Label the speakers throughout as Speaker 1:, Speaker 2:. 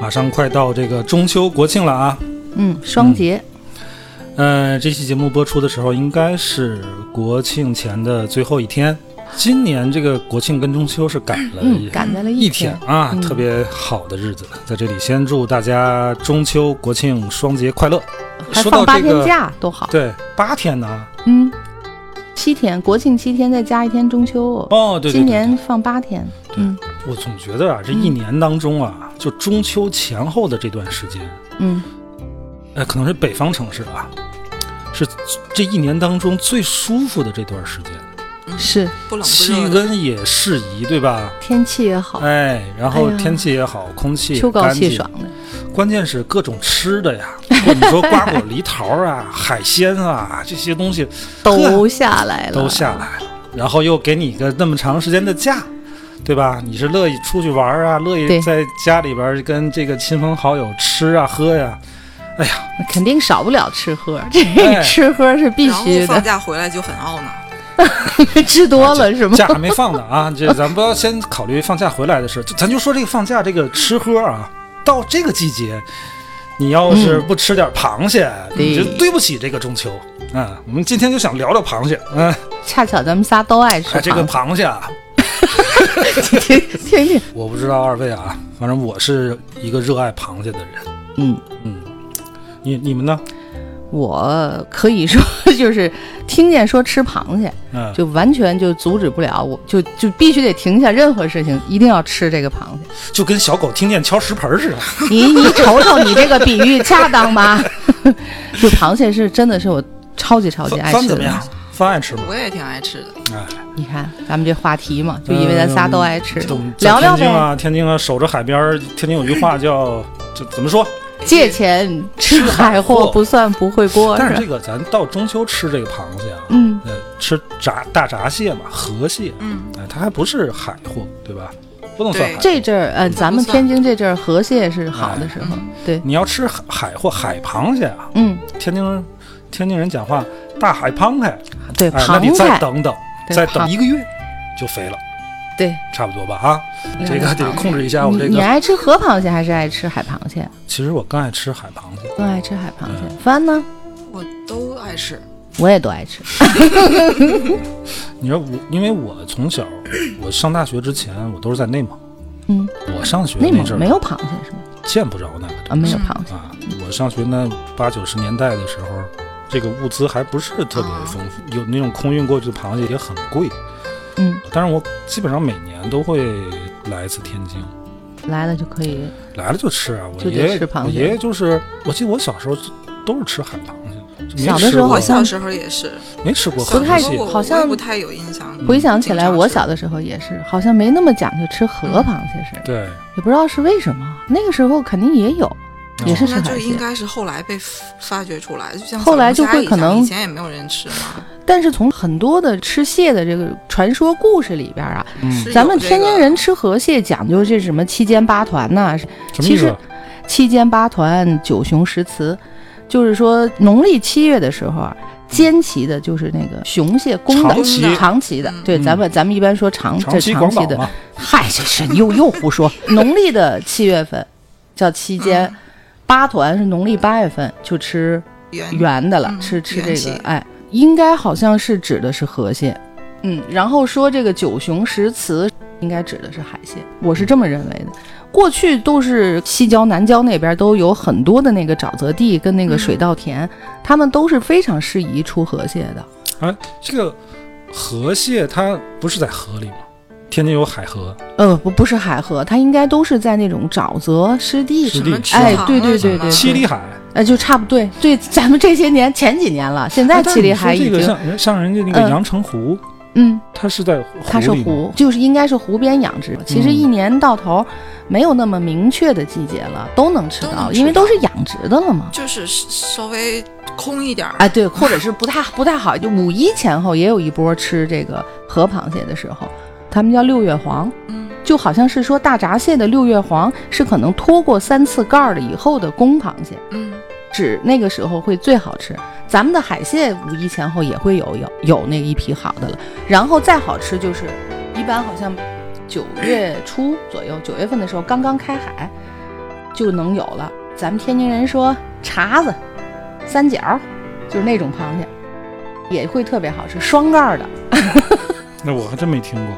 Speaker 1: 马上快到这个中秋国庆了啊，
Speaker 2: 嗯，双节，
Speaker 1: 呃，这期节目播出的时候应该是国庆前的最后一天。今年这个国庆跟中秋是赶了
Speaker 2: 嗯，赶在了
Speaker 1: 哎一天
Speaker 2: 天，
Speaker 1: 啊，
Speaker 2: 嗯
Speaker 1: 特别好的日子，在这里先祝大家中秋、国庆双节快乐。
Speaker 2: 还
Speaker 1: 说
Speaker 2: 放
Speaker 1: 到
Speaker 2: 八
Speaker 1: 这
Speaker 2: 天
Speaker 1: 个，
Speaker 2: 假，多好。
Speaker 1: 对，八天呢？
Speaker 2: 嗯，七天，国庆七天，再加一天中秋哦。
Speaker 1: 哦，对对对
Speaker 2: 今年放八天，
Speaker 1: 对
Speaker 2: 嗯
Speaker 1: 我总觉得啊，这一年当中啊，就中秋前后的这段时间，
Speaker 2: 嗯，
Speaker 1: 呃，可能是北方城市啊，是这一年当中最舒服的这段时间，
Speaker 2: 是
Speaker 3: 不冷
Speaker 1: 气温也适宜，对吧？
Speaker 2: 天气也好，
Speaker 1: 哎，然后
Speaker 2: 哎呀
Speaker 1: 天气也好，空气也
Speaker 2: 秋高
Speaker 1: 干
Speaker 2: 气
Speaker 1: 净
Speaker 2: 爽的。
Speaker 1: 关键是各种吃的呀，你说瓜果梨桃啊、海鲜啊这些东西
Speaker 2: 都下来了，
Speaker 1: 都下来了，然后又给你个那么长时间的假，对吧？你是乐意出去玩啊，乐意
Speaker 2: 对
Speaker 1: 在家里边跟这个亲朋好友吃啊喝呀、
Speaker 2: 那肯定少不了吃喝，这
Speaker 1: 哎
Speaker 2: 吃喝是必
Speaker 4: 然后
Speaker 2: 须
Speaker 4: 放
Speaker 2: 的，
Speaker 4: 假回来就很懊 恼，
Speaker 2: 吃多了是吗？
Speaker 1: 假还没放呢啊，这咱不要先考虑放假回来的事，就咱就说这个放假这个吃喝啊，到这个季节。你要是不吃点螃蟹，你就
Speaker 2: 嗯对
Speaker 1: 对不起这个中秋啊！我们今天就想聊聊螃 蟹，嗯、
Speaker 2: 恰巧咱们仨都爱吃
Speaker 1: 哎，这个
Speaker 2: 螃
Speaker 1: 螃
Speaker 2: 蟹
Speaker 1: 蟹啊，
Speaker 2: 听听听，
Speaker 1: 我不知道二位啊，反正我是一个热爱螃蟹的人。
Speaker 2: 嗯
Speaker 1: 嗯，你你们呢？
Speaker 2: 我可以说就是听见说吃螃蟹，
Speaker 1: 嗯，
Speaker 2: 就完全就阻止不了，我就就必须得停下任何事情，一定要吃这个螃蟹。
Speaker 1: 就跟小狗听见敲食盆儿似的。
Speaker 2: 你你瞅瞅，你这个比喻恰当吗？ 就螃蟹是真的是我超级超级爱
Speaker 1: 饭
Speaker 2: 吃
Speaker 1: 怎
Speaker 2: 的
Speaker 1: 么
Speaker 2: 东
Speaker 1: 样
Speaker 2: 西。？
Speaker 1: 饭爱吃吗？
Speaker 4: 我也挺爱吃的。
Speaker 1: 哎，
Speaker 2: 你看咱们这话题
Speaker 1: 嗯
Speaker 2: 嘛，就因为咱仨都爱吃，
Speaker 1: 这我们在
Speaker 2: 聊聊
Speaker 1: 天津
Speaker 2: 呗。
Speaker 1: 啊，天津啊，守着海边儿，天津有句话叫这怎么说？
Speaker 2: 借钱吃海
Speaker 1: 吃海
Speaker 2: 货
Speaker 1: 货
Speaker 2: 不算不会锅，
Speaker 1: 但是
Speaker 2: 吧
Speaker 1: 这个咱到中秋吃这个螃蟹啊，
Speaker 2: 嗯，
Speaker 1: 呃，吃闸大闸蟹嘛，河蟹，
Speaker 4: 嗯，
Speaker 1: 哎，它还不是海货，对吧？不能算海
Speaker 4: 对
Speaker 1: 货。
Speaker 2: 这阵儿呃，咱们天津这阵儿河蟹是好的时候，
Speaker 1: 嗯
Speaker 2: 对，
Speaker 1: 你要吃海海货海螃蟹啊，
Speaker 2: 嗯，
Speaker 1: 天津人天津人讲话大海螃蟹。
Speaker 2: 对，
Speaker 1: 哎，那你
Speaker 2: 螃蟹
Speaker 1: 再，等等，
Speaker 2: 对
Speaker 1: 再
Speaker 2: 螃
Speaker 1: 等一个月就肥了，
Speaker 2: 对，
Speaker 1: 差不多吧啊，这个得控制一下我
Speaker 2: 你
Speaker 1: 这
Speaker 2: 你
Speaker 1: 个。
Speaker 2: 爱吃河螃蟹还是爱吃海螃蟹？
Speaker 1: 其实我更爱吃海螃蟹，
Speaker 2: 更爱吃海螃
Speaker 1: 嗯
Speaker 2: 蟹。帆呢？
Speaker 4: 嗯我都爱吃。
Speaker 2: 我也都爱吃。
Speaker 1: 你说我，因为我从小我上大学之前我都是在内蒙，
Speaker 2: 嗯，
Speaker 1: 我上学
Speaker 2: 内
Speaker 1: 那
Speaker 2: 蒙
Speaker 1: 阵
Speaker 2: 没
Speaker 1: 儿
Speaker 2: 有螃蟹是吗？
Speaker 1: 见不着那个
Speaker 2: 啊，
Speaker 1: 东
Speaker 2: 没
Speaker 1: 西
Speaker 2: 有螃蟹。
Speaker 1: 啊，我上学那八九十年代的时候，这个物资还不是特别丰
Speaker 2: 啊
Speaker 1: 富，有那种空运过去的螃蟹也很贵，
Speaker 2: 嗯，
Speaker 1: 但是我基本上每年都会来一次天津。
Speaker 2: 来了就可以。
Speaker 1: 来了就吃啊！我
Speaker 2: 就得
Speaker 1: 爷爷
Speaker 2: 吃螃蟹
Speaker 1: 我爷爷就是，我记得我小时候就都是吃海螃蟹，就没
Speaker 2: 小的
Speaker 1: 吃
Speaker 2: 时
Speaker 1: 过
Speaker 2: 候好
Speaker 4: 我
Speaker 2: 像
Speaker 4: 小时候也是，
Speaker 1: 没吃过
Speaker 4: 小
Speaker 1: 河
Speaker 2: 不
Speaker 4: 时
Speaker 2: 太
Speaker 1: 螃
Speaker 4: 候
Speaker 1: 蟹
Speaker 4: 我，
Speaker 2: 好像
Speaker 4: 我也不太有印象
Speaker 1: 嗯
Speaker 4: 了。
Speaker 2: 回想起来，
Speaker 4: 经常吃
Speaker 2: 我小的时候也是，好像没那么讲究吃河螃蟹似的，
Speaker 1: 嗯对，
Speaker 2: 也不知道是为什么。那个时候肯定也有，也
Speaker 1: 啊
Speaker 2: 是吃
Speaker 4: 那
Speaker 2: 海
Speaker 4: 就
Speaker 2: 蟹
Speaker 4: 应，该是后来被发掘出来，就像
Speaker 2: 后来就
Speaker 4: 小龙虾
Speaker 2: 会
Speaker 4: 一样
Speaker 2: 可能
Speaker 4: 以前也没有人吃嘛。
Speaker 2: 但是从很多的吃蟹的这个传说故事里边啊，
Speaker 1: 嗯
Speaker 4: 是，有
Speaker 2: 咱们
Speaker 4: 这
Speaker 2: 天津
Speaker 4: 个
Speaker 2: 人吃河蟹讲究这什么七尖八团呐、
Speaker 1: 什么意
Speaker 2: 其
Speaker 1: 思啊
Speaker 2: 实？七尖八团、九雄十雌，就是说农历七月的时候啊，尖鳍的就是那个雄蟹，公的
Speaker 1: 长
Speaker 4: 鳍
Speaker 2: 长鳍的
Speaker 4: 嗯，
Speaker 2: 对，
Speaker 1: 嗯
Speaker 2: 咱们咱们一般说长
Speaker 1: 长
Speaker 2: 嗯这
Speaker 1: 期
Speaker 2: 长
Speaker 1: 广
Speaker 2: 鳍
Speaker 1: 岛
Speaker 2: 的，
Speaker 1: 嘛，
Speaker 2: 嗨，这是你又又胡 说。农历的七月份叫七尖
Speaker 4: 嗯，
Speaker 2: 八团是农历八月份就吃
Speaker 4: 圆
Speaker 2: 圆的了，
Speaker 4: 嗯
Speaker 2: 吃吃
Speaker 4: 元
Speaker 2: 这
Speaker 4: 气
Speaker 2: 个，哎，应该好像是指的是河蟹，嗯，然后说这个九雄十雌应该指的是海蟹，我是这么认为的。过去都是西郊、南郊那边都有很多的那个沼泽地跟那
Speaker 1: 嗯
Speaker 2: 个水稻田，他们都是非常适宜出河蟹的。
Speaker 1: 这个河蟹它不是在河里吗？天津有海河，
Speaker 2: 呃，不不是海河，它应该都是在那种沼泽湿地
Speaker 1: 湿
Speaker 4: 什
Speaker 1: 地
Speaker 4: 么池
Speaker 2: 哎
Speaker 4: 塘
Speaker 2: 对对
Speaker 4: 啊什
Speaker 2: 对
Speaker 4: 么
Speaker 2: 对
Speaker 1: 七里海。
Speaker 2: 呃，就差不多对对，咱们这些年前几年了，现在
Speaker 1: 哎但
Speaker 2: 七
Speaker 1: 是
Speaker 2: 里
Speaker 1: 你
Speaker 2: 海
Speaker 1: 说
Speaker 2: 已
Speaker 1: 这
Speaker 2: 经、
Speaker 1: 个像像人家那个
Speaker 2: 嗯
Speaker 1: 阳澄湖，
Speaker 2: 嗯，
Speaker 1: 它是在湖
Speaker 2: 它是
Speaker 1: 里吗嗯
Speaker 2: 湖，就是应该是湖边养殖。其实一年到头没有那么明确的季节了，都能吃
Speaker 4: 都能
Speaker 2: 到，
Speaker 4: 吃
Speaker 2: 因为
Speaker 4: 到
Speaker 2: 都是养殖的了嘛。
Speaker 4: 就是稍微空一点儿。
Speaker 2: 啊，对，或者是不太不太好，就五一前后也有一波吃这个河螃蟹的时候，他们叫六月黄，
Speaker 4: 嗯，
Speaker 2: 就好像是说大闸蟹的六月黄是可能脱过三次盖儿了以后的公螃蟹，
Speaker 4: 嗯
Speaker 2: 只那个时候会最好吃。咱们的海蟹五一前后也会有有有那一批好的了，然后再好吃就是一般好像九月初左右，九月份的时候刚刚开海就能有了。咱们天津人说碴子、三角，就是那种螃蟹，也会特别好吃，双盖儿的。
Speaker 1: 那我还真没听过。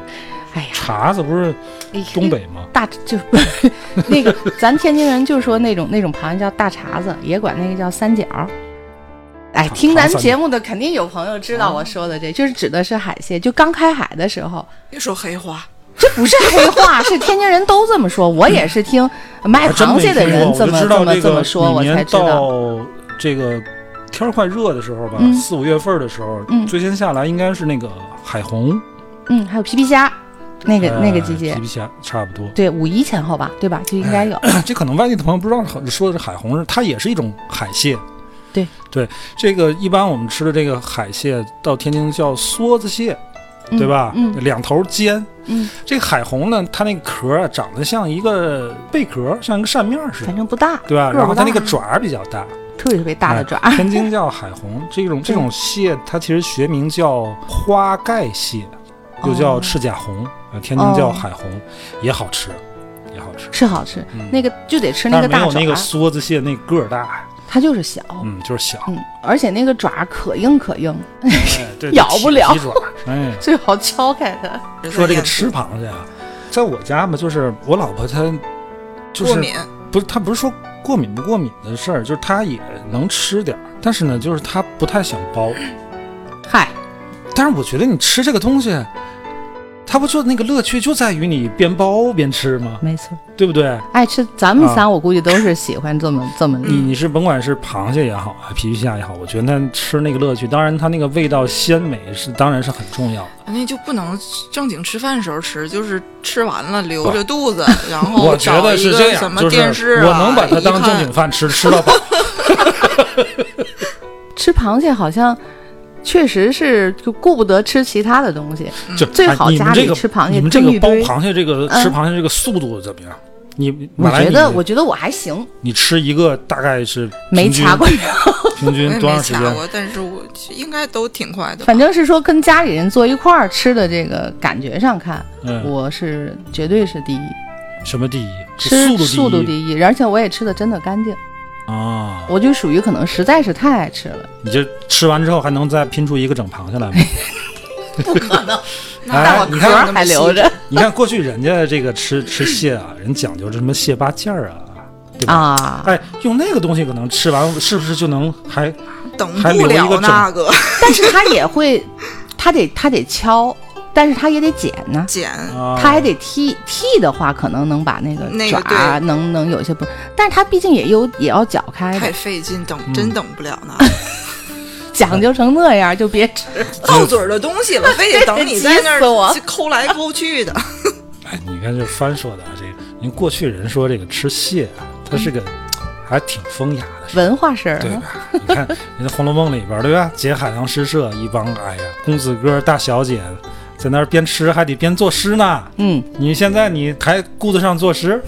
Speaker 2: 哎呀，
Speaker 1: 碴子不是
Speaker 2: 哎
Speaker 1: 东北吗？
Speaker 2: 大就是那个，咱天津人就说那种那种螃蟹叫大碴子，也管那个叫三角。哎，
Speaker 1: 长
Speaker 2: 听咱
Speaker 1: 长三
Speaker 2: 节目的肯定有朋友知道我说的这，就是指的是海蟹，就刚开海的时候，
Speaker 4: 别说黑话，
Speaker 2: 这不是黑话，是天津人都这么说。我也是听
Speaker 1: 嗯
Speaker 2: 卖
Speaker 1: 还真
Speaker 2: 哎螃
Speaker 1: 没
Speaker 2: 蟹的
Speaker 1: 听过
Speaker 2: 人
Speaker 1: 我
Speaker 2: 这
Speaker 1: 就
Speaker 2: 么
Speaker 1: 知
Speaker 2: 这
Speaker 1: 道
Speaker 2: 么
Speaker 1: 这
Speaker 2: 这
Speaker 1: 个
Speaker 2: 么说，我
Speaker 1: 每年
Speaker 2: 才知道。
Speaker 1: 到这个天儿快热的时候吧
Speaker 2: 嗯，
Speaker 1: 四五月份的时候
Speaker 2: 嗯，
Speaker 1: 最先下来应该是那个海虹，
Speaker 2: 嗯，还有皮皮虾，那个那个季
Speaker 1: 呃
Speaker 2: 节
Speaker 1: 皮，皮虾差不多。
Speaker 2: 对，五一前后吧，对吧？就应该有。
Speaker 1: 这可能外地的朋友不知道说的是海虹是，它也是一种海蟹。
Speaker 2: 对
Speaker 1: 对，这个一般我们吃的这个海蟹到天津叫梭子蟹，
Speaker 2: 嗯
Speaker 1: 对吧？
Speaker 2: 嗯
Speaker 1: 两头尖。
Speaker 2: 嗯，
Speaker 1: 这个海虹呢，它那个壳啊长得像一个贝壳，像一个扇面似的
Speaker 2: 反，正不大，
Speaker 1: 对吧？
Speaker 2: 个儿
Speaker 1: 然后它
Speaker 2: 不
Speaker 1: 那
Speaker 2: 大
Speaker 1: 个爪儿比较大，哎
Speaker 2: 特别特别大的爪。
Speaker 1: 天津叫海虹。这种这种蟹，它其实学名叫花盖蟹，又叫
Speaker 2: 哦
Speaker 1: 赤甲红，呃天津叫
Speaker 2: 哦
Speaker 1: 海虹，也好吃，也好吃。
Speaker 2: 是好吃，
Speaker 1: 嗯
Speaker 2: 那个就得吃
Speaker 1: 但
Speaker 2: 那个
Speaker 1: 是没
Speaker 2: 大
Speaker 1: 有
Speaker 2: 爪
Speaker 1: 那，个梭子蟹那个儿大呀。
Speaker 2: 它就是小。
Speaker 1: 嗯，就是 小，
Speaker 2: 嗯，而且那个爪可硬可硬，
Speaker 1: 哎对，
Speaker 2: 咬不了
Speaker 1: 皮爪。 哎，
Speaker 2: 最好敲开它。
Speaker 4: 别
Speaker 1: 说这个
Speaker 4: 咽
Speaker 1: 吃
Speaker 4: 肚
Speaker 1: 螃蟹啊，在我家嘛，就是我老婆她就
Speaker 4: 过
Speaker 1: 是
Speaker 4: 敏，
Speaker 1: 不是她不是说过敏不过敏的事儿，就是她也能吃点儿，但是呢，就是她不太想剥。
Speaker 2: 嗨，
Speaker 1: 但是我觉得你吃这个东西，它不就那个乐趣就在于你边剥边吃吗？
Speaker 2: 没错，
Speaker 1: 对不对？
Speaker 2: 爱吃。咱们
Speaker 1: 啊嗯
Speaker 2: 仨我估计都是喜欢这么这么。
Speaker 1: 你你是甭管是螃蟹也好啊，皮皮虾也好，我觉得它吃那个乐趣，当然它那个味道鲜美是当然是很重要的。
Speaker 4: 那就不能正经吃饭时候吃，就是吃完了留着 肚子，然后
Speaker 1: 我觉得是
Speaker 4: 找一
Speaker 1: 这
Speaker 4: 个
Speaker 1: 样，
Speaker 4: 什么
Speaker 1: 就是
Speaker 4: 电视啊，
Speaker 1: 我能把它当正
Speaker 4: 一
Speaker 1: 经
Speaker 4: 看
Speaker 1: 饭吃，吃到饱。
Speaker 2: 吃螃蟹好像确实是就顾不得吃其他的东西。
Speaker 4: 嗯
Speaker 1: 就
Speaker 2: 最好
Speaker 1: 哎你们
Speaker 2: 家里
Speaker 1: 这个
Speaker 2: 吃螃蟹
Speaker 1: 你们这
Speaker 2: 蒸
Speaker 1: 个
Speaker 2: 一
Speaker 1: 包
Speaker 2: 堆
Speaker 1: 螃蟹这个
Speaker 2: 嗯
Speaker 1: 吃螃蟹这个速度怎么样？你
Speaker 2: 我
Speaker 1: 马来
Speaker 2: 觉
Speaker 1: 你
Speaker 2: 得，我觉得我还行，
Speaker 1: 你吃一个大概是
Speaker 2: 没
Speaker 1: 平均
Speaker 2: 掐过 腰。
Speaker 1: 平均
Speaker 4: 我也
Speaker 1: 多
Speaker 4: 没
Speaker 1: 长时
Speaker 4: 掐
Speaker 1: 间？
Speaker 4: 过，但是我应该都挺快的吧。
Speaker 2: 反正是说跟家里人坐一块儿吃的这个感觉上看，
Speaker 1: 嗯，
Speaker 2: 我是绝对是第一，
Speaker 1: 什么第一？是
Speaker 2: 吃
Speaker 1: 速
Speaker 2: 速
Speaker 1: 度
Speaker 2: 度
Speaker 1: 一
Speaker 2: 第一，而且我也吃的真的干净。
Speaker 1: 啊！
Speaker 2: 我就属于可能实在是太爱吃了，
Speaker 1: 你这吃完之后还能再拼出一个整螃蟹来吗？
Speaker 2: 不可 能。
Speaker 1: 哎
Speaker 2: 但我
Speaker 1: 你
Speaker 2: 壳
Speaker 1: 看
Speaker 2: 儿还留 着
Speaker 1: 你看过去人家这个吃吃蟹啊，人讲究这什么蟹八件儿啊，对吧？
Speaker 2: 啊。
Speaker 1: 哎，用那个东西可能吃完是不是就能还
Speaker 4: 等
Speaker 1: 还
Speaker 4: 不
Speaker 1: 留一个整
Speaker 4: 了那个
Speaker 2: 但是他也会，他得他得敲，但是他也得剪呢、
Speaker 4: 剪，
Speaker 1: 啊？
Speaker 2: 他还得剃剃的话，可能能把那个
Speaker 4: 那
Speaker 2: 爪、
Speaker 4: 个对
Speaker 2: 能能有一些不，但是他毕竟也有也要绞开
Speaker 4: 太
Speaker 2: 的，
Speaker 4: 费劲，
Speaker 1: 嗯
Speaker 4: 等真等不了呢。
Speaker 2: 讲究成那样就别吃。
Speaker 4: 到嘴儿的东西了，非得 等你在那
Speaker 2: 急死我
Speaker 4: 儿抠来抠去的。
Speaker 1: 哎，你看这翻说的啊，这个，您过去人说这个吃蟹啊，它是个还挺风雅的事，
Speaker 2: 文化事儿
Speaker 1: 对
Speaker 2: 啊，
Speaker 1: 吧？你看 人家《红楼梦》里边儿，对吧？解海棠诗社一帮，哎呀，公子哥儿大小姐在那儿边吃还得边作诗呢。
Speaker 2: 嗯，
Speaker 1: 你现在你还顾得上作诗？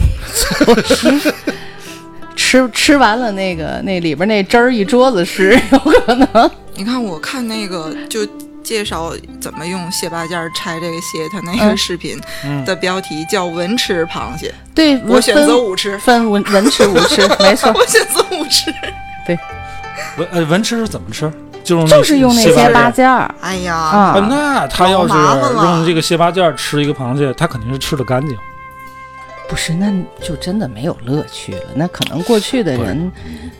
Speaker 2: 吃吃完了那个那里边那汁儿一桌子湿，有可能。
Speaker 4: 你看，我看那个就介绍怎么用蟹八件儿拆这个蟹，它那
Speaker 2: 嗯
Speaker 4: 个视频的标题叫“文吃螃蟹
Speaker 2: 对”，
Speaker 4: 我选择
Speaker 2: 分
Speaker 4: 武吃，
Speaker 2: 分文文吃武吃，没错，
Speaker 4: 我选择武吃。
Speaker 1: 文呃文吃是怎么吃？就用
Speaker 2: 就是用那些
Speaker 1: 八
Speaker 2: 八
Speaker 1: 件
Speaker 2: 件儿
Speaker 4: 哎呀，
Speaker 1: 儿啊。
Speaker 2: 啊，
Speaker 1: 那他要是
Speaker 4: 老麻烦了
Speaker 1: 用这个蟹八件儿吃一个螃蟹，他肯定是吃的干净。
Speaker 2: 不是，那就真的没有乐趣了。那可能过去的
Speaker 1: 不是
Speaker 2: 人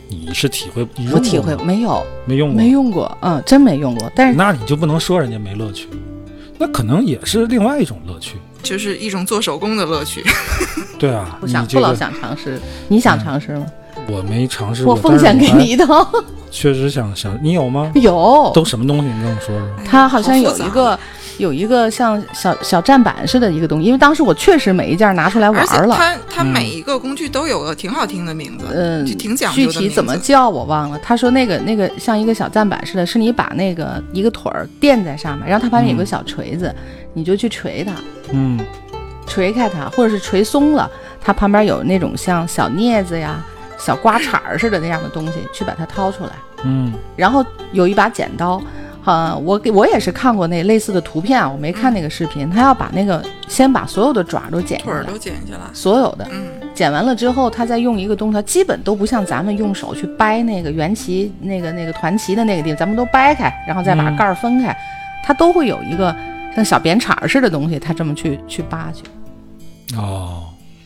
Speaker 1: 你是体会，你
Speaker 2: 我
Speaker 1: 用
Speaker 2: 体
Speaker 1: 过
Speaker 2: 会
Speaker 1: 吗
Speaker 2: 没有。
Speaker 1: 没用过？
Speaker 2: 没用过，嗯，真没用过。但是
Speaker 1: 那你就不能说人家没乐趣，那可能也是另外一种乐趣，
Speaker 4: 就是一种做手工的乐 趣。
Speaker 1: 对啊，
Speaker 2: 不想
Speaker 1: 你
Speaker 2: 不
Speaker 1: 这
Speaker 2: 老
Speaker 1: 个
Speaker 2: 想尝试，你想尝试吗？
Speaker 1: 我没尝试过，
Speaker 2: 我奉献给
Speaker 1: 但是
Speaker 2: 你一套。
Speaker 1: 我还，确实想想，你有吗？
Speaker 2: 有，
Speaker 1: 都什么东西？你跟我说说。
Speaker 2: 他好像有
Speaker 4: 好复
Speaker 2: 一
Speaker 4: 杂啊
Speaker 2: 个有一个像小小站板似的一个东西，因为当时我确实每一件拿出来
Speaker 4: 而且
Speaker 2: 玩了。
Speaker 4: 它它每一个工具都有个挺好听的名字，
Speaker 2: 嗯
Speaker 4: 就挺讲究
Speaker 2: 具
Speaker 4: 的
Speaker 2: 体
Speaker 4: 名字
Speaker 2: 怎么叫我忘了。他说那个那个像一个小站板似的，是你把那个一个腿儿垫在上面，然后它旁边有个小锤子，你就去锤它，
Speaker 1: 嗯，
Speaker 2: 锤开它，或者是锤松了，它旁边有那种像小镊子呀、小刮铲儿似的那样的东西，去把它掏出来。
Speaker 1: 嗯，
Speaker 2: 然后有一把剪刀，呃，我给我也是看过那类似的图片啊，我没看那个视频。他要把那个先把所有的爪都剪下
Speaker 4: 腿儿
Speaker 2: 来，
Speaker 4: 都剪下来，
Speaker 2: 所有的
Speaker 4: 嗯，
Speaker 2: 剪完了之后，他再用一个东西，它基本都不像咱们用手去掰那个圆旗、那个那个团旗的那个地方，咱们都掰开，然后再把
Speaker 1: 嗯
Speaker 2: 盖儿分开，它都会有一个像小扁铲儿似的东西，它这么去去扒去。
Speaker 1: 哦，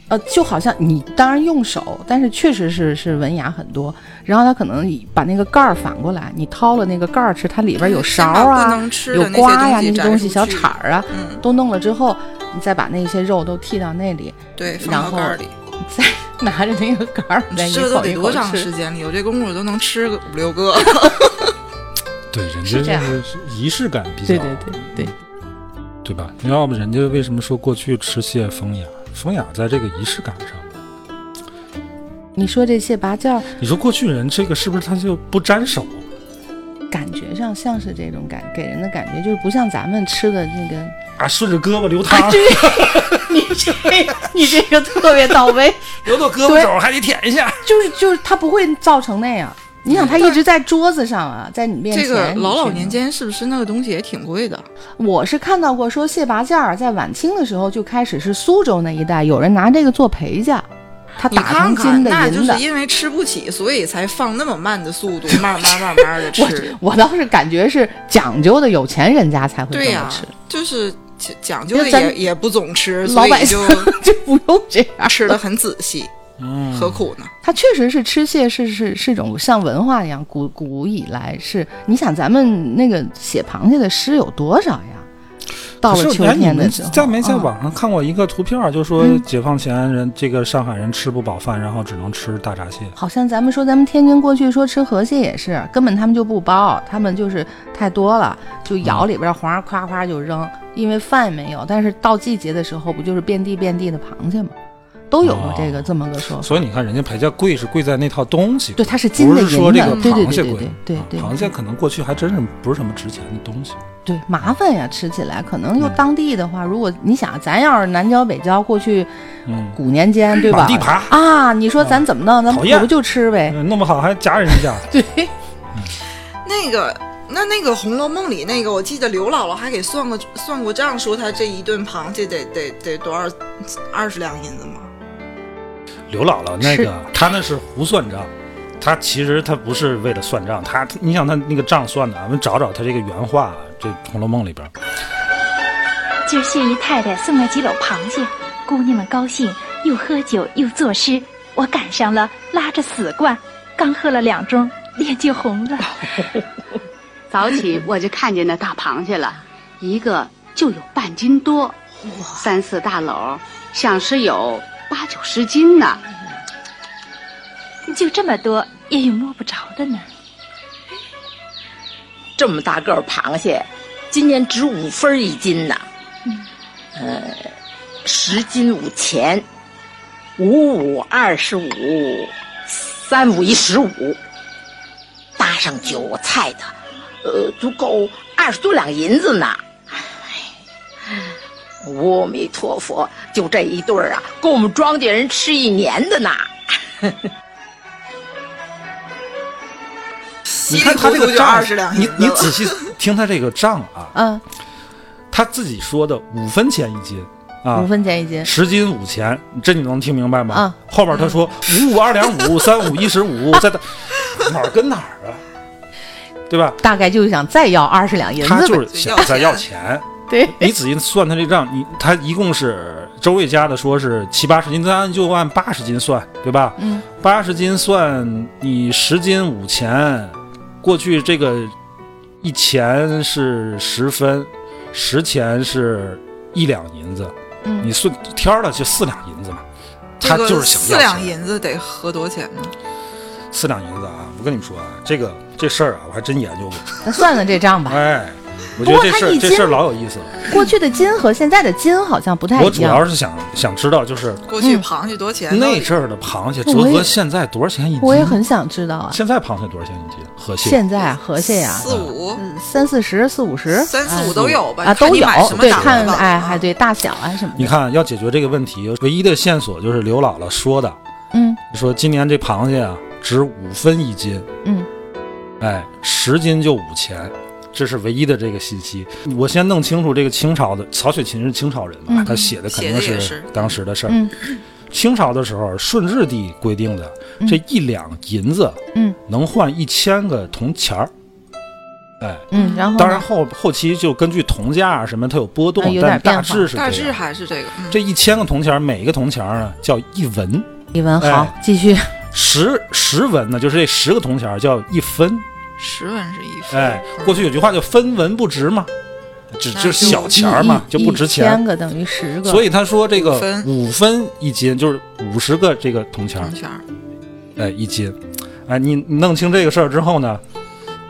Speaker 2: 呃，就好像你当然用手，但是确实是是文雅很多。然后他可能以把那个盖儿反过来，你掏了那个盖儿吃，它里边有勺儿
Speaker 4: 先嗯把不
Speaker 2: 啊、
Speaker 4: 能吃
Speaker 2: 有
Speaker 4: 的那些
Speaker 2: 瓜呀、
Speaker 4: 东西
Speaker 2: 那
Speaker 4: 摘
Speaker 2: 东西、
Speaker 4: 出
Speaker 2: 小
Speaker 4: 去
Speaker 2: 铲儿啊，
Speaker 4: 嗯，
Speaker 2: 都弄了之后，你再把那些肉都剃到那里，
Speaker 4: 对，
Speaker 2: 嗯然
Speaker 4: 放到
Speaker 2: 后
Speaker 4: 盖儿里，
Speaker 2: 拿着那个盖儿再一
Speaker 4: 这都
Speaker 2: 口
Speaker 4: 得
Speaker 2: 一
Speaker 4: 多
Speaker 2: 口
Speaker 4: 长时
Speaker 2: 吃。
Speaker 4: 间里？有这功夫都能吃个五六个。
Speaker 1: 对，人
Speaker 2: 是
Speaker 1: 家
Speaker 2: 这样
Speaker 1: 就是仪式感比较，
Speaker 2: 对对对对，
Speaker 1: 对吧？要不人家为什么说过去吃蟹风雅？风雅在这个仪式感上。
Speaker 2: 你说这蟹拔尖儿，
Speaker 1: 你说过去人这个是不是他就不沾手？
Speaker 2: 感觉上像是这种感，给人的感觉就是不像咱们吃的那个。
Speaker 1: 啊，顺着胳膊流
Speaker 2: 啊
Speaker 1: 汤，
Speaker 2: 你这你这个特别到位。
Speaker 1: 流到胳膊肘还得舔一下。
Speaker 2: 就是就是它不会造成那样。你想，它一直在桌子上啊，在你面前。
Speaker 4: 这个老老年
Speaker 2: 你去
Speaker 4: 间是不是那个东西也挺贵的？
Speaker 2: 弄，我是看到过说蟹拔架儿在晚清的时候就开始是苏州那一带有人拿这个做陪嫁，它
Speaker 4: 你
Speaker 2: 打成
Speaker 4: 看
Speaker 2: 金
Speaker 4: 看，
Speaker 2: 的
Speaker 4: 那就
Speaker 2: 银的
Speaker 4: 是。因为吃不起，所以才放那么慢的 速度，慢慢慢慢的
Speaker 2: 我
Speaker 4: 吃。
Speaker 2: 我倒是感觉是讲究的，有钱人家才会
Speaker 4: 对
Speaker 2: 这
Speaker 4: 呀、
Speaker 2: 么吃，
Speaker 4: 就是讲讲究的
Speaker 2: 因为咱
Speaker 4: 也也不总吃，
Speaker 2: 老
Speaker 4: 所
Speaker 2: 百
Speaker 4: 以
Speaker 2: 姓 就
Speaker 4: 就
Speaker 2: 不用这样
Speaker 4: 吃的。很仔细，
Speaker 1: 嗯，
Speaker 4: 何苦呢？
Speaker 2: 它确实是吃蟹是是是种像文化一样，古古以来是。你想咱们那个写螃蟹的诗有多少呀？到了
Speaker 1: 可是
Speaker 2: 秋
Speaker 1: 哎你
Speaker 2: 天的
Speaker 1: 们
Speaker 2: 时候，
Speaker 1: 在没在
Speaker 2: 啊
Speaker 1: 网上看过一个图片儿，就说
Speaker 2: 嗯
Speaker 1: 解放前人这个上海人吃不饱饭，然后只能吃大闸蟹。
Speaker 2: 好像咱们说咱们天津过去说吃河蟹也是，根本他们就不剥，他们就是太多了，就舀
Speaker 1: 嗯
Speaker 2: 里边黄儿夸夸就扔，因为饭没有。但是到季节的时候，不就是遍地遍地的螃蟹吗？都有过这个、
Speaker 1: 哦
Speaker 2: 这么个说法。
Speaker 1: 所以你看，人家陪嫁贵是贵在那套东西，
Speaker 2: 对，它是金
Speaker 1: 不
Speaker 2: 的
Speaker 1: 是
Speaker 2: 银
Speaker 1: 说这
Speaker 2: 的
Speaker 1: 个，
Speaker 2: 对对
Speaker 1: 螃
Speaker 2: 对
Speaker 1: 蟹
Speaker 2: 对
Speaker 1: 贵。
Speaker 2: 对对对，
Speaker 1: 啊螃蟹可能过去还真是不是什么值钱的东西。
Speaker 2: 对麻烦呀，吃起来可能又
Speaker 1: 嗯
Speaker 2: 当地的话，如果你想咱要是南郊北郊过去
Speaker 1: 嗯，
Speaker 2: 古年间对吧
Speaker 1: 满？地爬，嗯
Speaker 2: 啊，你说咱怎么弄？咱
Speaker 1: 讨
Speaker 2: 们
Speaker 1: 厌
Speaker 2: 不就吃呗？
Speaker 1: 嗯弄不好还夹人 家。
Speaker 2: 对，
Speaker 4: 那个。那那个《红楼梦》里那个，我记得刘姥姥还给算过算过账，说她这一顿螃蟹得得得多少二十两银子吗？
Speaker 1: 刘姥姥那
Speaker 2: 是
Speaker 1: 个，她那是胡算账，她其实她不是为了算账，她你想她那个账算的，我们找找她这个原话啊，这《红楼梦》里边儿，
Speaker 5: 今儿谢姨太太送来几篓螃蟹，姑娘们高兴，又喝酒又作诗。我赶上了，拉着死灌，刚喝了两盅，脸就红了。
Speaker 6: 早起我就看见那大螃蟹了，一个就有半斤多，三四大篓，想是有八九十斤呢。
Speaker 5: 就这么多，也有摸不着的呢。
Speaker 7: 这么大个儿螃蟹，今年值五分儿一斤呐，呃，十斤五钱，五五二十五，三五一十五，搭上酒菜的，呃，足够二十多两银子呢。哎，阿弥陀佛，就这一顿儿啊，够我们庄稼人吃一年的呢。
Speaker 1: 你看她这
Speaker 4: 稀里
Speaker 1: 个
Speaker 4: 糊涂就
Speaker 1: 账
Speaker 4: 二十两，银
Speaker 1: 你你
Speaker 4: 子了
Speaker 1: 仔细听她这个账啊，
Speaker 2: 嗯，
Speaker 1: 她自己说的五分钱一斤啊
Speaker 2: 五，分钱一斤。
Speaker 1: 十斤五钱，这你能听明白吗？
Speaker 2: 啊
Speaker 1: 后边她说五五二两五，三五一十五，再打哪儿跟哪儿啊，对吧？
Speaker 2: 大概就是想再要二十两银子呗。
Speaker 1: 她就是想再要钱。
Speaker 2: 对，
Speaker 1: 你仔细算他这账，你他一共是周卫家的说是七八十斤，咱就按八十斤算，对吧？
Speaker 2: 嗯，
Speaker 1: 八十斤算你十斤五钱，过去这个一钱是十分，十钱是一两银子，
Speaker 2: 嗯
Speaker 1: 你算天儿了就四两银子嘛。
Speaker 4: 这
Speaker 1: 他
Speaker 4: 个
Speaker 1: 就是想
Speaker 4: 四
Speaker 1: 要
Speaker 4: 两
Speaker 1: 钱嗯
Speaker 4: 银子得合多少钱呢？
Speaker 1: 四两银子啊！我跟你们说啊，这个这事儿啊，我还真研究过。
Speaker 2: 咱算算这账吧。
Speaker 1: 哎，我觉得这事
Speaker 2: 不过它
Speaker 1: 儿
Speaker 2: 一斤
Speaker 1: 这事儿老有意思了。
Speaker 2: 哎过去的金和现在的金好像不太
Speaker 1: 我
Speaker 2: 一
Speaker 1: 主
Speaker 2: 样
Speaker 1: 要。是想想知道，就是
Speaker 4: 过去螃蟹多少钱？
Speaker 1: 那阵儿的螃蟹折
Speaker 2: 我也
Speaker 1: 合现在多少钱一斤？
Speaker 2: 我也很想知道啊，
Speaker 1: 现在螃蟹多少钱一斤？河蟹
Speaker 2: 现在河蟹呀，
Speaker 4: 四五、
Speaker 2: 嗯三四十、四五十、
Speaker 4: 三
Speaker 2: 哎
Speaker 4: 四五都有吧？
Speaker 2: 啊，
Speaker 4: 看
Speaker 2: 都
Speaker 4: 你
Speaker 2: 有
Speaker 4: 买什么
Speaker 2: 对，
Speaker 4: 档
Speaker 2: 看
Speaker 4: 的吧
Speaker 2: 哎，
Speaker 4: 啊
Speaker 2: 还对大小啊什么
Speaker 1: 你
Speaker 2: 的，
Speaker 1: 看，要解决这个问题，唯一的线索就是刘姥姥说的，
Speaker 2: 嗯
Speaker 1: 说今年这螃蟹啊值五分一斤，
Speaker 2: 嗯，
Speaker 1: 哎，十斤就五钱，这是唯一的这个信息。我先弄清楚这个清朝的曹雪芹是清朝人嘛，
Speaker 2: 嗯
Speaker 1: 他写的肯定
Speaker 4: 写的
Speaker 1: 是
Speaker 4: 也是
Speaker 1: 当时的事儿。
Speaker 2: 嗯
Speaker 1: 清朝的时候，顺治帝规定的这一两银子，
Speaker 2: 嗯，
Speaker 1: 能换一千个铜钱儿。哎，
Speaker 2: 嗯，然后呢
Speaker 1: 当然后后期就根据铜价啊什么，它有波动
Speaker 2: 哎，有点
Speaker 1: 但
Speaker 2: 变
Speaker 1: 大
Speaker 2: 化
Speaker 1: 致是
Speaker 4: 大
Speaker 1: 这
Speaker 4: 致
Speaker 1: 样。
Speaker 4: 还是这个。嗯
Speaker 1: 这一千个铜钱儿，每一个铜钱儿呢叫一文，
Speaker 2: 李文好
Speaker 1: 哎
Speaker 2: 继续，
Speaker 1: 十十文呢就是这十个铜钱儿叫一分。
Speaker 4: 十文是一分。
Speaker 1: 哎，
Speaker 4: 嗯
Speaker 1: 过去有句话叫“分文不值”嘛，只
Speaker 4: 那
Speaker 1: 就是小钱儿嘛，
Speaker 2: 一
Speaker 1: 就不值
Speaker 2: 一
Speaker 1: 钱
Speaker 2: 千。个等于十个，
Speaker 1: 所
Speaker 2: 以
Speaker 1: 以他说这个
Speaker 4: 五分
Speaker 1: 五分一斤，就是五十个这个铜钱儿
Speaker 4: 铜，钱儿嗯
Speaker 1: 哎，一斤。哎，你你弄清这个事儿之后呢，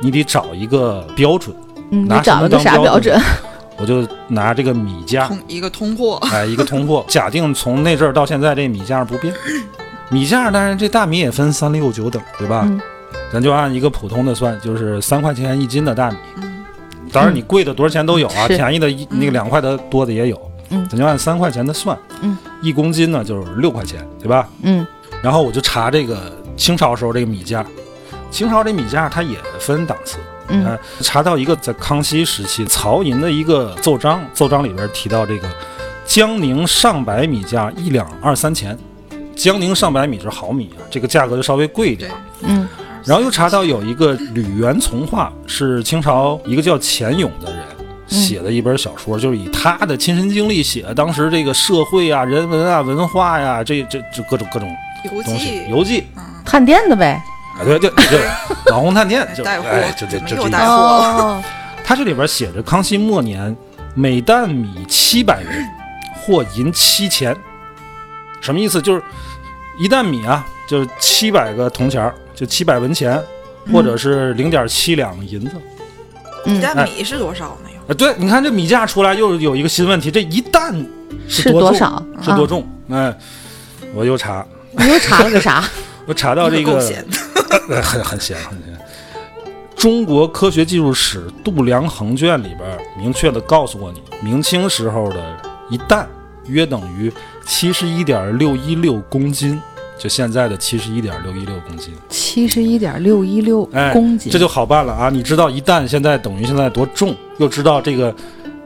Speaker 1: 你得找一个标准。
Speaker 2: 嗯，你
Speaker 1: 拿什
Speaker 2: 找
Speaker 1: 么
Speaker 2: 了个
Speaker 1: 当
Speaker 2: 啥
Speaker 1: 标
Speaker 2: 标准？
Speaker 1: 我就拿这个米价，
Speaker 4: 通一个通货，
Speaker 1: 哎，一个通货，假定从那阵儿到现在这米价不变。米价当然这大米也分三六九等，对吧？
Speaker 2: 嗯
Speaker 1: 咱就按一个普通的算，就是三块钱一斤的大米。当然你贵的多少钱都有啊，
Speaker 2: 嗯是
Speaker 1: 便宜的一那个两块的多的也有。
Speaker 2: 嗯
Speaker 1: 咱就按三块钱的算。
Speaker 2: 嗯，
Speaker 1: 一公斤呢就是六块钱，对吧？
Speaker 2: 嗯
Speaker 1: 然后我就查这个清朝时候这个米价，清朝这米价它也分档次。
Speaker 2: 嗯
Speaker 1: 呃，查到一个在康熙时期曹寅的一个奏章，奏章里边提到这个江宁上百米价一两二三钱，江宁上百米是毫米啊，这个价格就稍微贵一点。啊
Speaker 2: 嗯
Speaker 1: 然后又查到有一个吕元从化，是清朝一个叫钱勇的人。
Speaker 4: 嗯
Speaker 1: 写的一本小说，就是以他的亲身经历写的当时这个社会啊、人文啊、文化呀、这这这各种各种
Speaker 4: 邮
Speaker 1: 东西
Speaker 4: 寄
Speaker 1: 游记
Speaker 2: 探店的呗，
Speaker 1: 啊，对对 对，网红探店就
Speaker 4: 带货
Speaker 1: 哎，就这
Speaker 4: 怎么
Speaker 1: 这
Speaker 4: 又
Speaker 1: 这
Speaker 4: 带货
Speaker 2: 哦，
Speaker 1: 它这里边写着康熙末年每担米七百元，或银七钱，什么意思？就是一担米啊，就是七百个铜钱儿，就七百文钱，或者是零点七两银子。
Speaker 4: 一
Speaker 2: 嗯，
Speaker 1: 哎
Speaker 4: 担米是多少呢？
Speaker 1: 啊，对，你看这米价出来又有一个新问题，这一担
Speaker 2: 是
Speaker 1: 多
Speaker 2: 多
Speaker 1: 重
Speaker 2: 少？
Speaker 1: 是多重？哎，我又查，
Speaker 2: 啊？你又查了个啥？
Speaker 1: 我查到这
Speaker 4: 够
Speaker 1: 个
Speaker 4: 咸的，
Speaker 1: 呃 很很闲很闲。中国科学技术史度量衡卷里边儿明确的告诉过你，明清时候的一担约等于七十一点六一六公斤，就现在的七十一点六一六公斤。
Speaker 2: 七十一点六一六
Speaker 1: 哎，
Speaker 2: 公斤，
Speaker 1: 这就好办了啊！你知道一担现在等于现在多重，又知道这个，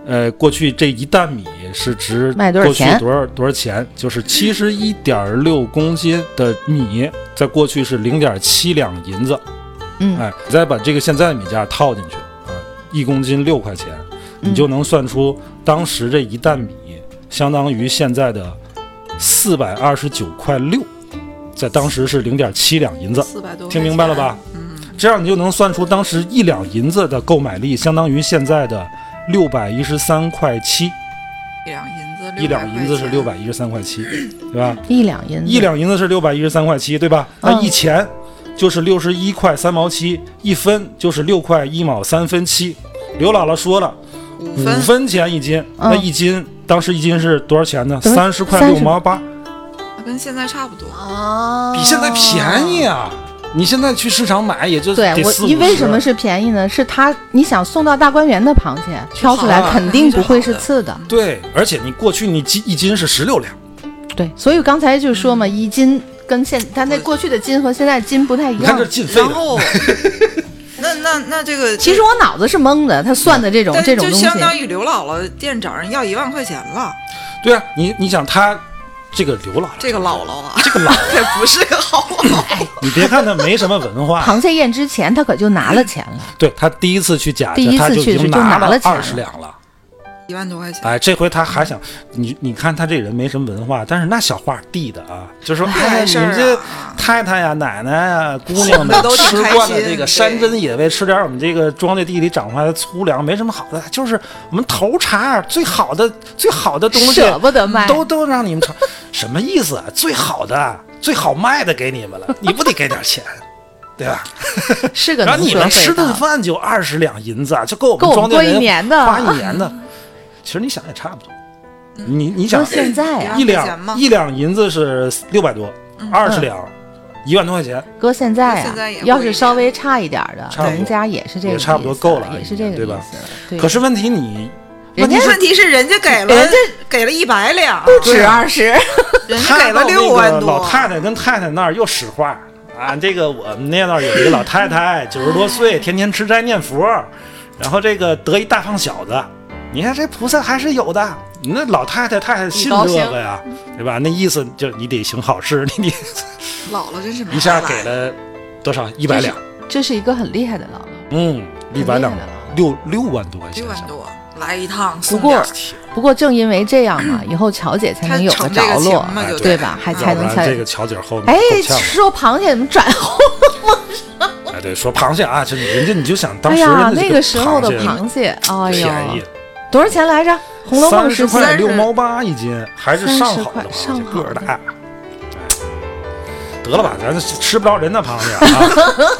Speaker 1: 呃，过去这一担米是值
Speaker 2: 卖多少
Speaker 1: 过
Speaker 2: 钱
Speaker 1: 去多少多少钱？就是七十一点六公斤的米，在过去是零点七两银子。
Speaker 2: 嗯
Speaker 1: 哎，你再把这个现在的米价套进去啊，一公斤六块钱，
Speaker 2: 嗯
Speaker 1: 你就能算出当时这一担米相当于现在的四百二十九块六，在当时是零点七两银子。
Speaker 4: 四百多。
Speaker 1: 听明白了吧？？这样你就能算出当时一两银子的购买力相当于现在的六百一十三块七，
Speaker 4: 一两银子，
Speaker 1: 一两银子是六
Speaker 4: 百
Speaker 1: 百一十三块七，对吧？
Speaker 2: 一两银子，
Speaker 1: 一两银子是六百一十三块七，对吧？那
Speaker 2: 嗯
Speaker 1: 一钱就是六十一块三毛七，一分就是六块一毛三分七。刘姥姥说了，
Speaker 4: 五
Speaker 1: 五
Speaker 4: 分，
Speaker 1: 分钱一斤，
Speaker 2: 嗯
Speaker 1: 那一斤当时一斤是多少钱呢？
Speaker 2: 多少
Speaker 1: 三十块六毛八，
Speaker 4: 那跟现在差不多。
Speaker 2: 哦，
Speaker 1: 比现在便宜啊！你现在去市场买也就
Speaker 2: 对
Speaker 1: 得
Speaker 2: 我
Speaker 1: 四，
Speaker 2: 因为
Speaker 1: 五十
Speaker 2: 什么是便宜呢？是它，你想送到大观园的螃蟹，挑出来
Speaker 1: 啊
Speaker 4: 好的
Speaker 2: 肯定不会是次的。
Speaker 1: 对，而且你过去你斤一斤是十六两，
Speaker 2: 对，所以刚才就说嘛，一斤跟现它那过去的斤和现在斤不太一
Speaker 1: 你看
Speaker 2: 样
Speaker 1: 这。进废
Speaker 4: 然
Speaker 1: 的，
Speaker 2: 哎
Speaker 4: 后， 那那那 这个
Speaker 2: 其实。我脑子是懵的，他算的这种
Speaker 4: 但
Speaker 2: 这种
Speaker 4: 就
Speaker 2: 东西，
Speaker 4: 相当于刘姥姥店找人要一万块钱了，
Speaker 1: 对啊，你你想他这个刘姥姥，
Speaker 4: 这个姥姥啊，这个姥 姥不是个好姥姥，
Speaker 1: 你别看他没什么文 化，
Speaker 2: 螃蟹宴之前他可就拿了钱了。
Speaker 1: 对他第一次去贾
Speaker 2: 第一
Speaker 1: 家，他
Speaker 2: 次
Speaker 1: 就
Speaker 2: 去
Speaker 1: 已
Speaker 2: 就
Speaker 1: 经
Speaker 2: 拿了
Speaker 1: 了
Speaker 2: 钱
Speaker 1: 二十两了。
Speaker 4: 一万多块钱，
Speaker 1: 哎，这回他还想你，你看他这人没什么文化，但是那小话递的啊，就说
Speaker 4: 太
Speaker 1: 哎，你
Speaker 4: 事儿
Speaker 1: 们这
Speaker 4: 啊
Speaker 1: 太太呀、奶奶呀、姑娘们
Speaker 4: 都挺
Speaker 1: 吃
Speaker 4: 开
Speaker 1: 惯了
Speaker 4: 心
Speaker 1: 这个
Speaker 4: 对
Speaker 1: 山珍野味，吃点我们这个庄稼地里长出来的粗粮，没什么好的，就是我们头茬儿最好的最好的东西，
Speaker 2: 舍不得卖
Speaker 1: 都都让你们 尝， 什么意思啊？最好的、最好卖的给你们了，你不得给点钱？对吧？
Speaker 2: 是个
Speaker 1: 然后
Speaker 2: 能
Speaker 1: 你
Speaker 2: 学
Speaker 1: 们
Speaker 2: 会
Speaker 1: 吃顿
Speaker 2: 的。
Speaker 1: 饭就二十两银子啊，就够我
Speaker 2: 够
Speaker 1: 们庄
Speaker 2: 我们
Speaker 1: 稼
Speaker 2: 过一
Speaker 1: 人
Speaker 2: 年的
Speaker 1: 花一年的。 其实你想也差不多，你你想
Speaker 2: 说现在啊，嗯
Speaker 1: 一
Speaker 4: 两块钱吗
Speaker 1: 两一两银子是六百多，二十两一万多块钱
Speaker 2: 搁现在
Speaker 4: 搁现
Speaker 2: 啊
Speaker 4: 在也，
Speaker 2: 要
Speaker 4: 贵
Speaker 2: 是
Speaker 4: 一
Speaker 2: 稍
Speaker 4: 点
Speaker 2: 微差一点儿的，
Speaker 1: 差不多
Speaker 2: 人家也是这个
Speaker 1: 也
Speaker 2: 意思，
Speaker 1: 差不多够了
Speaker 2: 也是这个
Speaker 1: 对吧
Speaker 2: 意思。对，
Speaker 1: 可是问题你
Speaker 2: 人家
Speaker 4: 问题是人家给了，
Speaker 2: 人家
Speaker 4: 给了一百两，
Speaker 2: 只二十，
Speaker 4: 人家
Speaker 1: 他
Speaker 4: 给了
Speaker 1: 到那
Speaker 4: 六万
Speaker 1: 个
Speaker 4: 多。
Speaker 1: 老太太跟太太那儿又使坏啊！这个我们那那儿有一个老太太，九十多岁，天天吃斋念佛，然后这个得一大胖小子。你看这菩萨还是有的，你那老太太太太信这个呀，对吧？那意思就是你得行好事，你得
Speaker 4: 姥姥真是没
Speaker 1: 一下
Speaker 4: 办法
Speaker 1: 给了多少？一百两，
Speaker 2: 这是一个很厉害的姥姥。
Speaker 1: 嗯，一百两
Speaker 2: 很厉害了
Speaker 1: 六六万多啊块钱，
Speaker 4: 六万多，来一趟
Speaker 2: 不
Speaker 4: 送
Speaker 2: 过
Speaker 4: 点儿，
Speaker 2: 不过正因为这样 嘛，以后乔姐才能有
Speaker 4: 她
Speaker 2: 个
Speaker 4: 成这个
Speaker 2: 着落
Speaker 4: 情嘛，就
Speaker 2: 对
Speaker 4: 对
Speaker 2: 吧？还
Speaker 4: 嗯
Speaker 2: 才
Speaker 1: 要不
Speaker 2: 能
Speaker 1: 然
Speaker 2: 才
Speaker 1: 这个乔姐后面
Speaker 2: 哎
Speaker 1: 够，呛了。
Speaker 2: 说螃蟹怎么转红？
Speaker 1: 哎，对，说螃蟹啊，就人家你就想当
Speaker 2: 哎
Speaker 1: 时
Speaker 2: 呀，
Speaker 1: 人家
Speaker 2: 那
Speaker 1: 这个
Speaker 2: 时候的螃
Speaker 1: 螃
Speaker 2: 蟹，哎
Speaker 1: 蟹
Speaker 2: 呀
Speaker 1: 便宜，，
Speaker 2: 多少钱来着？《红楼梦》
Speaker 1: 三十
Speaker 2: 时期
Speaker 1: 块六毛八一斤，还是上好的螃蟹
Speaker 2: 30块，
Speaker 1: 个儿大。哎得了吧，咱吃不着人的螃蟹 啊！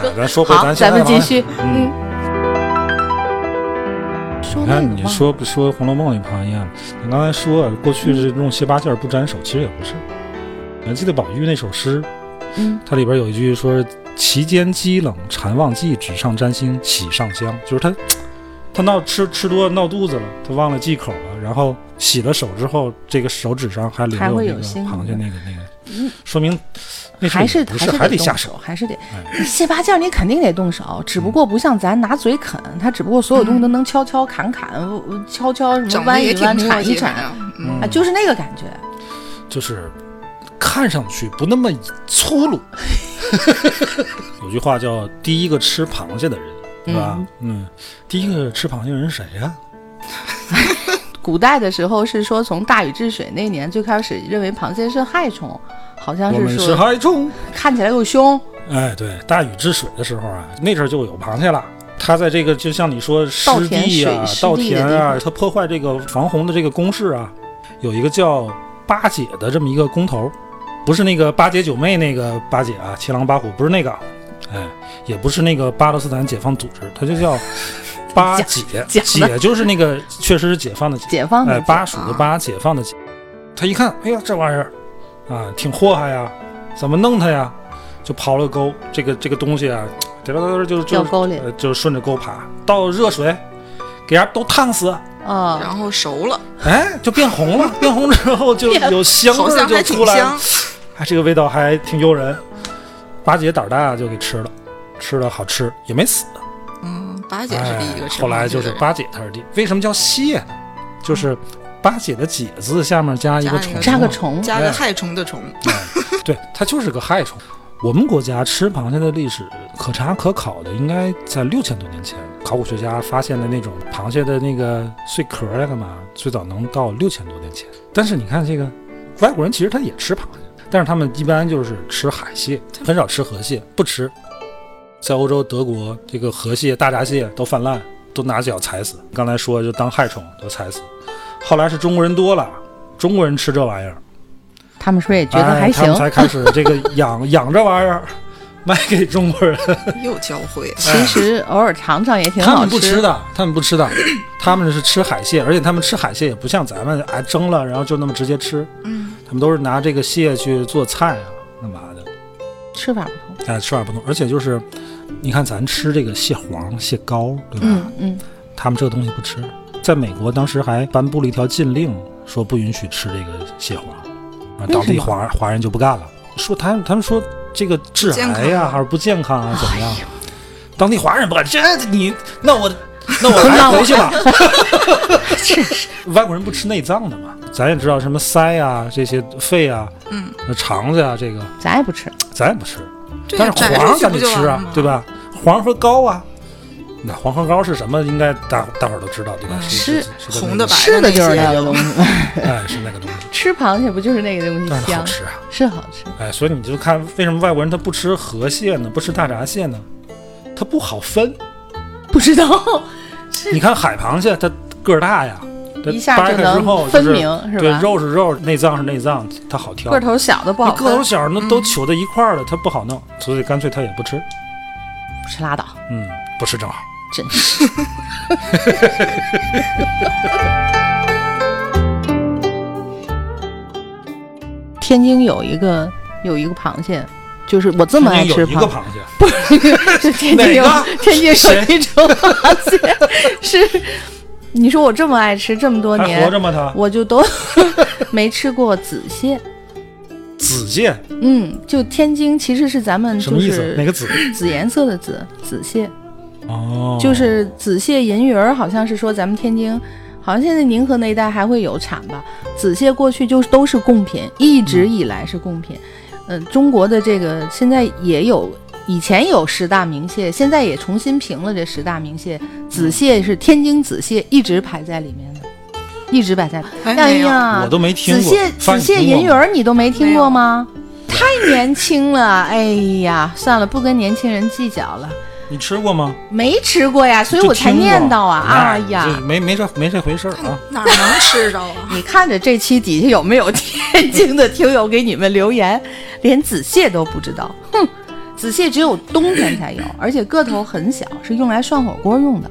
Speaker 1: 哎咱说回
Speaker 2: 好，
Speaker 1: 咱现
Speaker 2: 咱
Speaker 1: 在
Speaker 2: 们
Speaker 1: 的螃蟹
Speaker 2: 继续。
Speaker 1: 嗯，
Speaker 2: 说
Speaker 1: 你
Speaker 2: 那
Speaker 1: 看你说不说《红楼梦》里螃蟹？你刚才说啊过去是用蟹八件不沾手，其实也不是。你还记得宝玉那首诗？
Speaker 2: 嗯，
Speaker 1: 它里边有一句说：“其间积冷禅忘记，纸上沾星喜上香。”就是他，他闹吃吃多了闹肚子了，他忘了忌口了，然后洗了手之后，这个手指上还留
Speaker 2: 还会
Speaker 1: 那
Speaker 2: 有
Speaker 1: 个
Speaker 2: 星
Speaker 1: 螃蟹那个那个，
Speaker 2: 嗯
Speaker 1: 说明那时候
Speaker 2: 还是
Speaker 1: 不
Speaker 2: 还是
Speaker 1: 还
Speaker 2: 得
Speaker 1: 得下
Speaker 2: 动
Speaker 1: 手
Speaker 2: 手，。还是得
Speaker 1: 哎嗯
Speaker 2: 蟹八件，你肯定得动手，只不过不像咱拿嘴啃，它只不过所有东西都能敲敲砍砍，呃敲敲
Speaker 1: 嗯
Speaker 2: 什么
Speaker 4: 整的
Speaker 2: 弯
Speaker 4: 也
Speaker 2: 一弯，
Speaker 4: 挺差
Speaker 2: 铲一
Speaker 4: 劲
Speaker 2: 铲，
Speaker 4: 的
Speaker 2: 啊，。
Speaker 4: 嗯，
Speaker 2: 就是那个感觉。
Speaker 1: 就是看上去不那么粗鲁。有句话叫“第一个吃螃蟹的人”，对吧？嗯第一个吃螃蟹的人是谁呀、
Speaker 2: 古代的时候是说，从大禹治水那年最开始认为螃蟹是害虫，好像
Speaker 1: 我们
Speaker 2: 是
Speaker 1: 是
Speaker 2: 说
Speaker 1: 害虫。
Speaker 2: 看起来又凶，
Speaker 1: 哎，对，大禹治水的时候啊，那阵儿就有螃蟹了。它在这个就像你说湿
Speaker 2: 稻田
Speaker 1: 地啊、
Speaker 2: 水
Speaker 1: 稻
Speaker 2: 湿地的
Speaker 1: 田
Speaker 2: 地
Speaker 1: 啊
Speaker 2: 方，
Speaker 1: 它破坏这个防洪的这个工事啊，有一个叫八姐的这么一个工头，不是那个八姐九妹那个八姐啊，七狼八虎不是那个啊，哎，也不是那个巴勒斯坦解放组织，它就 叫八解，
Speaker 2: 解解
Speaker 1: 解就是那个确实是解放的解，
Speaker 2: 解放的
Speaker 1: 哎，
Speaker 2: 解
Speaker 1: 巴蜀
Speaker 4: 啊
Speaker 1: 的巴，解放的解。他一看，哎呀，这玩意儿啊，挺祸害呀，怎么弄它呀？就刨了沟，这个这个东西啊，嘚嘚嘚嘚就
Speaker 2: 掉
Speaker 1: 就
Speaker 2: 沟里
Speaker 1: 呃就顺着沟爬，倒热水，给人家都烫死，嗯
Speaker 2: 啊。
Speaker 4: 然后熟了，
Speaker 1: 哎，就变红了。变红之后就有香
Speaker 4: 好
Speaker 1: 味儿
Speaker 4: 像
Speaker 1: 就
Speaker 4: 还
Speaker 1: 出
Speaker 4: 挺
Speaker 1: 来了
Speaker 4: 香，。
Speaker 1: 哎，这个味道还挺诱人。八姐胆儿大就给吃了，吃了好吃也没死。
Speaker 4: 嗯，八姐是第一个
Speaker 1: 哎
Speaker 4: 吃
Speaker 1: 后来
Speaker 4: 螃蟹
Speaker 1: 就
Speaker 4: 的
Speaker 1: 是
Speaker 4: 人
Speaker 1: 八姐她是第，为什么叫蟹呢？就是八姐的姐字下面加一个
Speaker 4: 加
Speaker 1: 虫
Speaker 4: 一个
Speaker 1: 嘛，
Speaker 2: 扎个虫，
Speaker 4: 加个害虫的虫，
Speaker 1: 哎对，它就是个害虫。我们国家吃螃蟹的历史可查可考的，应该在六千多年前，考古学家发现的那种螃蟹的那个碎壳呀，干嘛，最早能到六千多年前。但是你看这个外国人，其实他也吃螃蟹，但是他们一般就是吃海蟹，很少吃河蟹，不吃。在欧洲，德国这个河蟹、大闸蟹都泛滥，都拿脚踩死。刚才说就当害虫都踩死，后来是中国人多了，中国人吃这玩意儿，
Speaker 2: 他们是不是也觉得
Speaker 1: 哎他
Speaker 2: 还行
Speaker 1: 们？才开始这 个养养这玩意儿卖给中国人。
Speaker 4: 又教会。
Speaker 2: 其实偶尔尝尝也挺
Speaker 1: 他
Speaker 2: 好
Speaker 1: 们不吃的，他们不吃的，他们是吃海蟹，而且他们吃海蟹也不像咱们哎蒸了然后就那么直接吃，
Speaker 4: 嗯，
Speaker 1: 他们都是拿这个蟹去做菜啊干嘛的，
Speaker 2: 吃法不同。啊
Speaker 1: 哎吃法不同。而且就是你看咱吃这个蟹黄、蟹膏，对吧？
Speaker 2: 嗯嗯，
Speaker 1: 他们这个东西不吃。在美国当时还颁布了一条禁令，说不允许吃这个蟹黄，啊，
Speaker 2: 为什么
Speaker 1: 当地华华人就不干了，说他们他们说这个致癌
Speaker 4: 不健
Speaker 1: 呀、
Speaker 4: 康哎
Speaker 1: 还是不健康啊，怎么样？当地华人不干，这你那我那 我还
Speaker 2: 那我
Speaker 1: 回去吧。外国人不吃内脏的嘛，咱也知道什么鳃啊、这些肺啊、
Speaker 4: 嗯，
Speaker 1: 肠子呀、这个
Speaker 2: 咱也不吃。
Speaker 1: 咱也不吃。
Speaker 4: 这
Speaker 1: 但
Speaker 4: 个
Speaker 1: 是
Speaker 4: 摘
Speaker 1: 黄
Speaker 4: 出去
Speaker 1: 咱
Speaker 4: 不
Speaker 1: 得
Speaker 4: 就完
Speaker 1: 吃
Speaker 4: 了
Speaker 1: 啊
Speaker 4: 吗，？
Speaker 1: 对？
Speaker 2: 嗯
Speaker 1: 吧？黄和膏啊，那黄和膏是什么？应该大大伙儿都知道，对吧？
Speaker 2: 嗯是
Speaker 1: 是是
Speaker 4: 红的
Speaker 1: 吧？
Speaker 4: 白
Speaker 2: 吃的就是
Speaker 4: 那
Speaker 2: 那
Speaker 4: 些
Speaker 2: 个东西，
Speaker 1: 哎，是那个东西，
Speaker 2: 吃螃蟹不就是那个东
Speaker 1: 但
Speaker 2: 西
Speaker 1: 是好
Speaker 2: 香？
Speaker 1: 吃啊！
Speaker 2: 是好吃，
Speaker 1: 哎，所以你就看为什么外国人他不吃河蟹呢？不吃大闸蟹呢？它不好分。
Speaker 2: 不知道
Speaker 1: 你看海螃蟹，它个儿大呀，它
Speaker 2: 一下
Speaker 1: 掰
Speaker 2: 就
Speaker 1: 开
Speaker 2: 能
Speaker 1: 之后
Speaker 2: 分
Speaker 1: 就是
Speaker 2: 明是
Speaker 1: 对
Speaker 2: 吧，
Speaker 1: 肉是肉，内脏是内脏，它好挑。
Speaker 2: 个头小的不嗯
Speaker 1: 那
Speaker 2: 好
Speaker 1: 个头
Speaker 2: 看。
Speaker 1: 小，那都糗在一块儿了，它不好弄，所以干脆它也不吃。
Speaker 2: 不吃拉倒，
Speaker 1: 嗯，不吃正好。
Speaker 2: 真是。天津有一个有一个螃蟹，就是我这么爱吃
Speaker 1: 有一个
Speaker 2: 螃
Speaker 1: 螃蟹，
Speaker 2: 是天津有
Speaker 1: 哪
Speaker 2: 天津有一种螃蟹，是你说我这么爱吃这么多
Speaker 1: 还活
Speaker 2: 年，
Speaker 1: 着吗？它
Speaker 2: 我就都 没吃过紫蟹。
Speaker 1: 子蟹
Speaker 2: 嗯，就天津其实是咱们
Speaker 1: 什么
Speaker 2: 就
Speaker 1: 意思？哪
Speaker 2: 是
Speaker 1: 个 子？
Speaker 2: 紫颜色的紫紫蟹，
Speaker 1: 哦，
Speaker 2: 就是紫蟹银鱼儿，好像是说咱们天津。好像现在宁河那一带还会有产吧？紫蟹过去就是都是贡品，一直以来是贡品。嗯、中国的这个现在也有，以前有十大名蟹，现在也重新评了这十大名蟹。紫蟹是天津紫蟹，一直排在里面的，一直摆在。
Speaker 4: 还
Speaker 2: 哎
Speaker 4: 没有
Speaker 2: 呀，
Speaker 1: 哎我都没听
Speaker 2: 紫
Speaker 1: 过。
Speaker 2: 蟹
Speaker 1: 发
Speaker 2: 紫
Speaker 1: 你听
Speaker 2: 蟹
Speaker 1: 过
Speaker 2: 银鱼
Speaker 1: 吗
Speaker 2: 儿你都没听过吗？太年轻了，哎呀，算了，不跟年轻人计较了。
Speaker 1: 你吃过吗？
Speaker 2: 没吃过呀，所以
Speaker 1: 就
Speaker 2: 我才
Speaker 1: 听过
Speaker 2: 念叨啊！
Speaker 1: 那
Speaker 2: 哎
Speaker 1: 就
Speaker 2: 呀，嗯
Speaker 1: 没没这没这回事儿啊！
Speaker 4: 哪儿能吃着啊？
Speaker 2: 你看着这期底下有没有天津的听友给你们留言？连紫蟹都不知 道，哼！紫蟹只有冬天才有，而且个头很小，是用来涮火锅用的，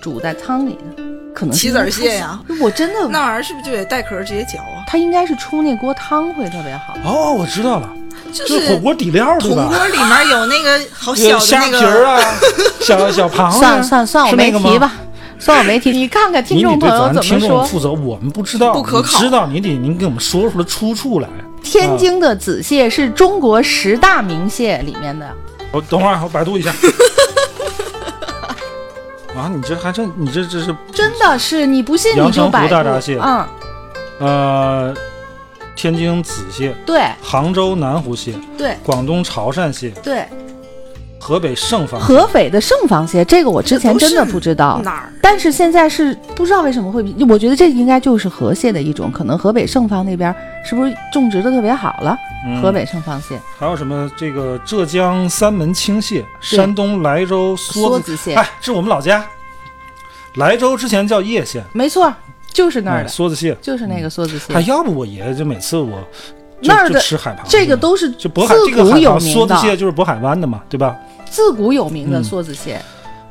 Speaker 2: 煮在汤里的。可能是
Speaker 4: 棋子儿蟹呀
Speaker 2: 因为它小我真的
Speaker 4: 那玩意儿是不是就得带壳儿直接嚼啊？
Speaker 2: 它应该是出那锅汤会特别好。
Speaker 1: 哦，我知道了，
Speaker 4: 就
Speaker 1: 就是火
Speaker 4: 是
Speaker 1: 锅底料对
Speaker 4: 铜
Speaker 1: 吧？
Speaker 4: 锅里面有那个好小
Speaker 1: 有
Speaker 4: 的
Speaker 1: 虾
Speaker 4: 那
Speaker 1: 皮儿
Speaker 4: 个，
Speaker 1: 啊，小小螃蟹。
Speaker 2: 算了算了算了，我
Speaker 1: 是那
Speaker 2: 没
Speaker 1: 个
Speaker 2: 提
Speaker 1: 吗
Speaker 2: 吧，算我 没提。你看看听
Speaker 1: 你得
Speaker 2: 众朋
Speaker 1: 对
Speaker 2: 友
Speaker 1: 咱
Speaker 2: 怎
Speaker 1: 听
Speaker 2: 么
Speaker 1: 众
Speaker 2: 说。
Speaker 1: 负责，我们不知道，
Speaker 4: 不可
Speaker 1: 你
Speaker 4: 考
Speaker 1: 知道你得您给我们说出了出处来。
Speaker 2: 天津的紫蟹是中国十大名蟹里面的。
Speaker 1: 我等会儿我百度一 下。啊，你这还真你这这是
Speaker 2: 真的是，你不信
Speaker 1: 阳
Speaker 2: 你就
Speaker 1: 澄湖
Speaker 2: 百度。
Speaker 1: 大闸蟹
Speaker 2: 嗯，
Speaker 1: 呃，天津紫蟹、
Speaker 2: 对
Speaker 1: 杭州南湖蟹、
Speaker 2: 对
Speaker 1: 广东潮汕蟹、
Speaker 2: 对，
Speaker 1: 啊河北盛放蟹
Speaker 2: 合肥的盛房蟹，这个我之前真的不知道。
Speaker 4: 哪儿？
Speaker 2: 但是现在是不知道为什么会比，我觉得这应该就是河蟹的一种，可能河北盛放那边是不是种植的特别好了？
Speaker 1: 嗯
Speaker 2: 河北盛放蟹、
Speaker 1: 还有什么这个浙江三门青蟹、山东莱州梭
Speaker 2: 梭
Speaker 1: 子
Speaker 2: 子蟹，
Speaker 1: 哎，这是我们老家。莱州之前叫叶县，
Speaker 2: 没错，就是那儿
Speaker 1: 哎，
Speaker 2: 的，
Speaker 1: 梭子蟹。
Speaker 2: 就是那个梭子蟹。
Speaker 1: 哎，要不我爷爷就每次我就
Speaker 2: 那儿的
Speaker 1: 就吃海螃蟹嘛，
Speaker 2: 这个都是自
Speaker 1: 就渤海这个
Speaker 2: 古
Speaker 1: 海
Speaker 2: 有
Speaker 1: 螃梭
Speaker 2: 名
Speaker 1: 子蟹
Speaker 2: 的，
Speaker 1: 就是渤海湾的嘛，对吧？
Speaker 2: 自古有名的
Speaker 1: 嗯
Speaker 2: 梭子蟹，